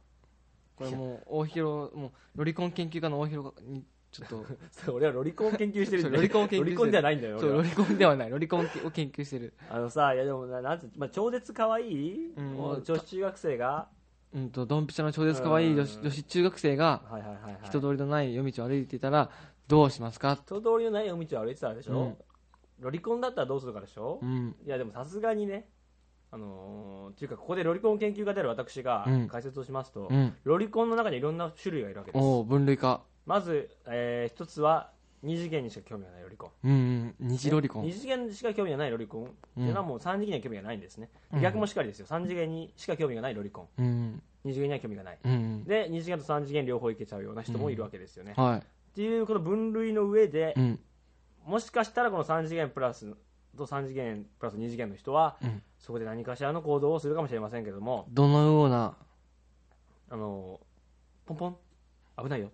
Speaker 2: これもう大広もうロリコン研究家の大広にち
Speaker 1: <laughs>
Speaker 2: ょっと
Speaker 1: それ俺はロリコンを研究してるん
Speaker 2: そう
Speaker 1: で
Speaker 2: ロリコンを研究してる
Speaker 1: ロリコンじゃないんだよ
Speaker 2: そう
Speaker 1: 俺
Speaker 2: ロ
Speaker 1: は
Speaker 2: リコンではないロリコンを研究してる、
Speaker 1: あのさいやでもななんて、まあ、超絶可愛い、
Speaker 2: うん
Speaker 1: もう女子中学生が
Speaker 2: うん、とドンピシャの超絶可愛い女子
Speaker 1: うん
Speaker 2: 女子中学生が
Speaker 1: はいはいはい、はい、
Speaker 2: 人
Speaker 1: 人通
Speaker 2: 通りのない夜道を歩いていたらどうしますか、
Speaker 1: りのない夜道を歩いてたでしょ、
Speaker 2: うん
Speaker 1: ロリコンだったらどうするかでしょ、
Speaker 2: うん、
Speaker 1: いやでもさすがにねあのー、っていうかここでロリコン研究家である私が
Speaker 2: うん
Speaker 1: 解説をしますと、
Speaker 2: うん、
Speaker 1: ロリコンの中にいろんな種類がいるわけです
Speaker 2: おお分類化
Speaker 1: まず、えー一つは二次元にしか興味がないロリコン
Speaker 2: うんうん虹ロリコン
Speaker 1: 二次元にしか興味がないロリコンっていうのはもう三次元には興味がないんですね、
Speaker 2: うん
Speaker 1: 逆もしっかりですよ三次元にしか興味がないロリコン
Speaker 2: うん
Speaker 1: 二次元には興味がない
Speaker 2: うんうん
Speaker 1: で二次元と三次元両方いけちゃうような人もいるわけですよね、っ
Speaker 2: は
Speaker 1: ていうこの分類の上で
Speaker 2: い、う、ん、
Speaker 1: もしかしたらこの三次元プラスと三次元プラス二次元の人は、
Speaker 2: うん
Speaker 1: そこで何かしらの行動をするかもしれませんけども
Speaker 2: どのような
Speaker 1: あのポンポン危ないよっ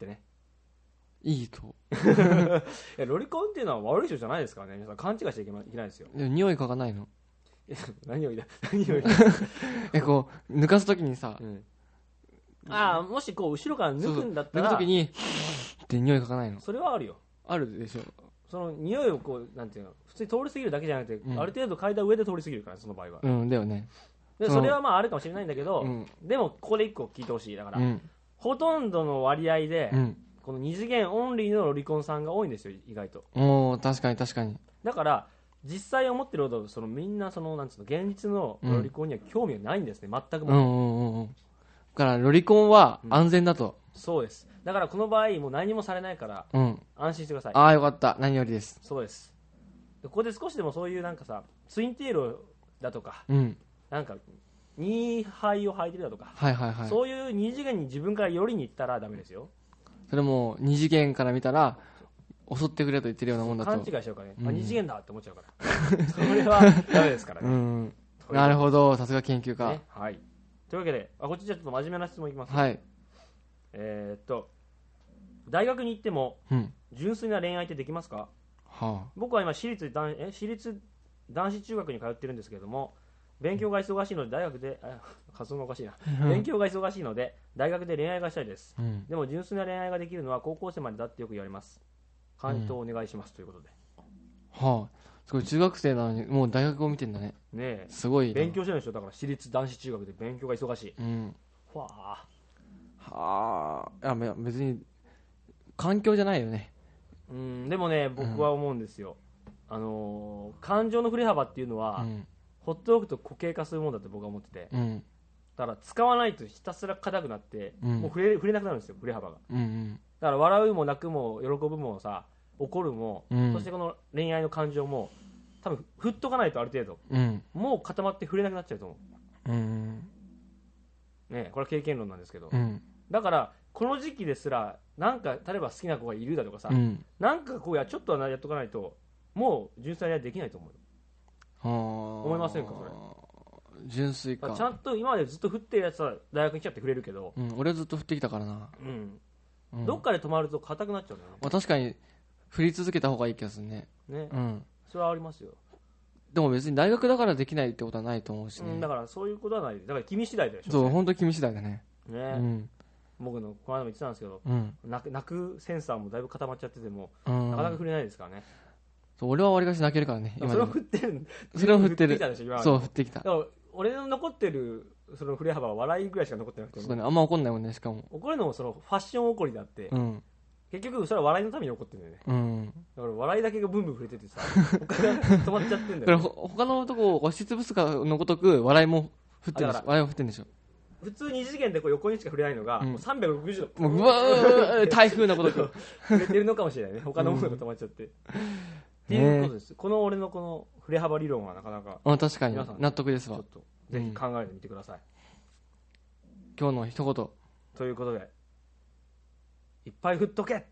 Speaker 1: てね
Speaker 2: いいと
Speaker 1: いやロリコンっていうのは悪い人じゃないですからね皆さん勘違いしちゃいけまいけないですよ <laughs>
Speaker 2: でも匂い嗅がないの <laughs>
Speaker 1: いや何を言いたい何を言い
Speaker 2: えこう抜かすときにさ
Speaker 1: たい、ああもしこう後ろから抜くんだった
Speaker 2: 抜く
Speaker 1: ら
Speaker 2: ときにって匂い嗅がないの
Speaker 1: それはあるよ
Speaker 2: あるでしょ
Speaker 1: その匂いをこうなんていうの普通に通り過ぎるだけじゃなくて、
Speaker 2: ん
Speaker 1: ある程度嗅いだ上で通り過ぎるからその場合は
Speaker 2: うんだよね
Speaker 1: で
Speaker 2: その
Speaker 1: それはまああるかもしれないんだけど、
Speaker 2: うん
Speaker 1: でもここで一個聞いてほしいだから、
Speaker 2: うん
Speaker 1: ほとんどの割合で、
Speaker 2: うん
Speaker 1: この二次元オンリーのロリコンさんが多いんですよ意外と
Speaker 2: おー確かに確かに
Speaker 1: だから実際思ってるほどそのみんなそのなんつうの現実のロリコンには興味がないんですね、全く
Speaker 2: う
Speaker 1: も
Speaker 2: んう
Speaker 1: うん
Speaker 2: うんうんだからロリコンは安全だと
Speaker 1: そうですだからこの場合もう何もされないから
Speaker 2: うん、
Speaker 1: 安心してください
Speaker 2: ああよかった何よりです
Speaker 1: そうですでここで少しでもそういうなんかさツインテールだとか
Speaker 2: うん
Speaker 1: なんか2杯を履いてるだとか、
Speaker 2: はいはいはいそ
Speaker 1: そういう二次元に自分から寄りに行ったらダメですよ
Speaker 2: れも二次元から見たら襲ってくれと言ってるようなもんだ
Speaker 1: 勘違い
Speaker 2: と
Speaker 1: しちゃうからね、
Speaker 2: う
Speaker 1: あ
Speaker 2: ん
Speaker 1: 二次元だって思っちゃうから
Speaker 2: <laughs>
Speaker 1: それはダメですから
Speaker 2: う
Speaker 1: ね、
Speaker 2: ん <laughs> なるほどさすが研究家、
Speaker 1: ねはいというわけであこっちじゃちょっと真面目な質問いきます、
Speaker 2: はい
Speaker 1: えーっと大学に行っても
Speaker 2: うん
Speaker 1: 純粋な恋愛ってできますか
Speaker 2: は
Speaker 1: 僕は今私立男え私立男子中学に通ってるんですけれども勉強が忙しいので大学であ発音がおかしいな勉強が忙しいので大学で恋愛がしたいです
Speaker 2: あうん
Speaker 1: でも純粋な恋愛ができるのは高校生までだってよく言われます回答お願いしますということで、
Speaker 2: はあすごい中学生なのにもう大学を見てんだね
Speaker 1: ね
Speaker 2: すごい
Speaker 1: え
Speaker 2: な
Speaker 1: 勉強してるでしょだから私立男子中学で勉強が忙しい
Speaker 2: うん
Speaker 1: わあ
Speaker 2: はあいやめ別に環境じゃないよね
Speaker 1: うんでもね僕は思うんですよ、あのー感情の振れ幅っていうのは、
Speaker 2: うん
Speaker 1: ほっておくと固形化するものだと僕は思ってて
Speaker 2: うん
Speaker 1: だから使わないとひたすら硬くなって、
Speaker 2: うん
Speaker 1: もう触れ触れなくなるんですよ振れ幅がだ
Speaker 2: うん
Speaker 1: から笑うも泣くも喜ぶもさ怒るも、
Speaker 2: うん
Speaker 1: そしてこの恋愛の感情も多分振っとかないとある程度
Speaker 2: うん
Speaker 1: もう固まって触れなくなっちゃうと思
Speaker 2: うん
Speaker 1: うねこれは経験論なんですけど、
Speaker 2: うん
Speaker 1: だからこの時期ですらなんか例えば好きな子がいるだとかさ、
Speaker 2: うん
Speaker 1: なんかこうやちょっとはやっとかないともう純粋にはできないと思うよ
Speaker 2: 思
Speaker 1: いませんかそれ
Speaker 2: 純粋
Speaker 1: だか
Speaker 2: から
Speaker 1: ちゃんと今までずっと振ってるやつは大学に来ちゃって触れるけど、
Speaker 2: うん、俺はずっと振ってきたからな、
Speaker 1: うん
Speaker 2: うん
Speaker 1: どっかで止まると硬くなっちゃうんだよね
Speaker 2: まあ、確かに振り続けた方がいい気がするね、
Speaker 1: ね、
Speaker 2: うん、
Speaker 1: それはありますよ、
Speaker 2: でも別に大学だからできないってことはないと思うし
Speaker 1: うん
Speaker 2: ね、
Speaker 1: だからそういうことはないだから君次第でし
Speaker 2: そう
Speaker 1: ょ、
Speaker 2: 本当君次第だね
Speaker 1: ね
Speaker 2: うん
Speaker 1: 僕のこの間も言ってたんですけど
Speaker 2: うん
Speaker 1: 泣く泣くセンサーもだいぶ固まっちゃってても
Speaker 2: うん
Speaker 1: なかなか触れないですからね、
Speaker 2: そう俺はわりかし泣けるからね
Speaker 1: だから
Speaker 2: 今
Speaker 1: そ
Speaker 2: で
Speaker 1: れを振
Speaker 2: も
Speaker 1: ってる
Speaker 2: それを振ってる
Speaker 1: きたでしょ今まで
Speaker 2: そう振ってきた
Speaker 1: だから俺の残ってるその振れ幅は笑いぐらいしか残ってなくて
Speaker 2: そうだねあんま怒んないもんねしかも
Speaker 1: 怒るのもそのファッション怒りだって、
Speaker 2: うん
Speaker 1: 結局それは笑いのために怒ってるんだよね
Speaker 2: うん
Speaker 1: だから笑いだけがブンブン触れて
Speaker 2: <laughs>
Speaker 1: てさ他が止まっちゃってんだよ
Speaker 2: だか
Speaker 1: ね
Speaker 2: らほ他の男を押し潰すかのごとく笑いも振ってる
Speaker 1: あ
Speaker 2: で
Speaker 1: だ
Speaker 2: し
Speaker 1: か
Speaker 2: ょ笑いも振ってるでしょ
Speaker 1: 普通二次元でこう横にしか触れないのが、
Speaker 2: うん
Speaker 1: も <laughs> う360度
Speaker 2: もううわー台風のごと
Speaker 1: <laughs>
Speaker 2: く
Speaker 1: 触れてるのかもしれないね他のものが止まっちゃって、っていうことです、この俺のこの振れ幅理論はなかなか
Speaker 2: うん確かに
Speaker 1: 皆さんね
Speaker 2: 納得です
Speaker 1: ちょ
Speaker 2: わ
Speaker 1: っとぜひ考えてみてください、
Speaker 2: 今日の一言
Speaker 1: ということでいっぱい振っとけ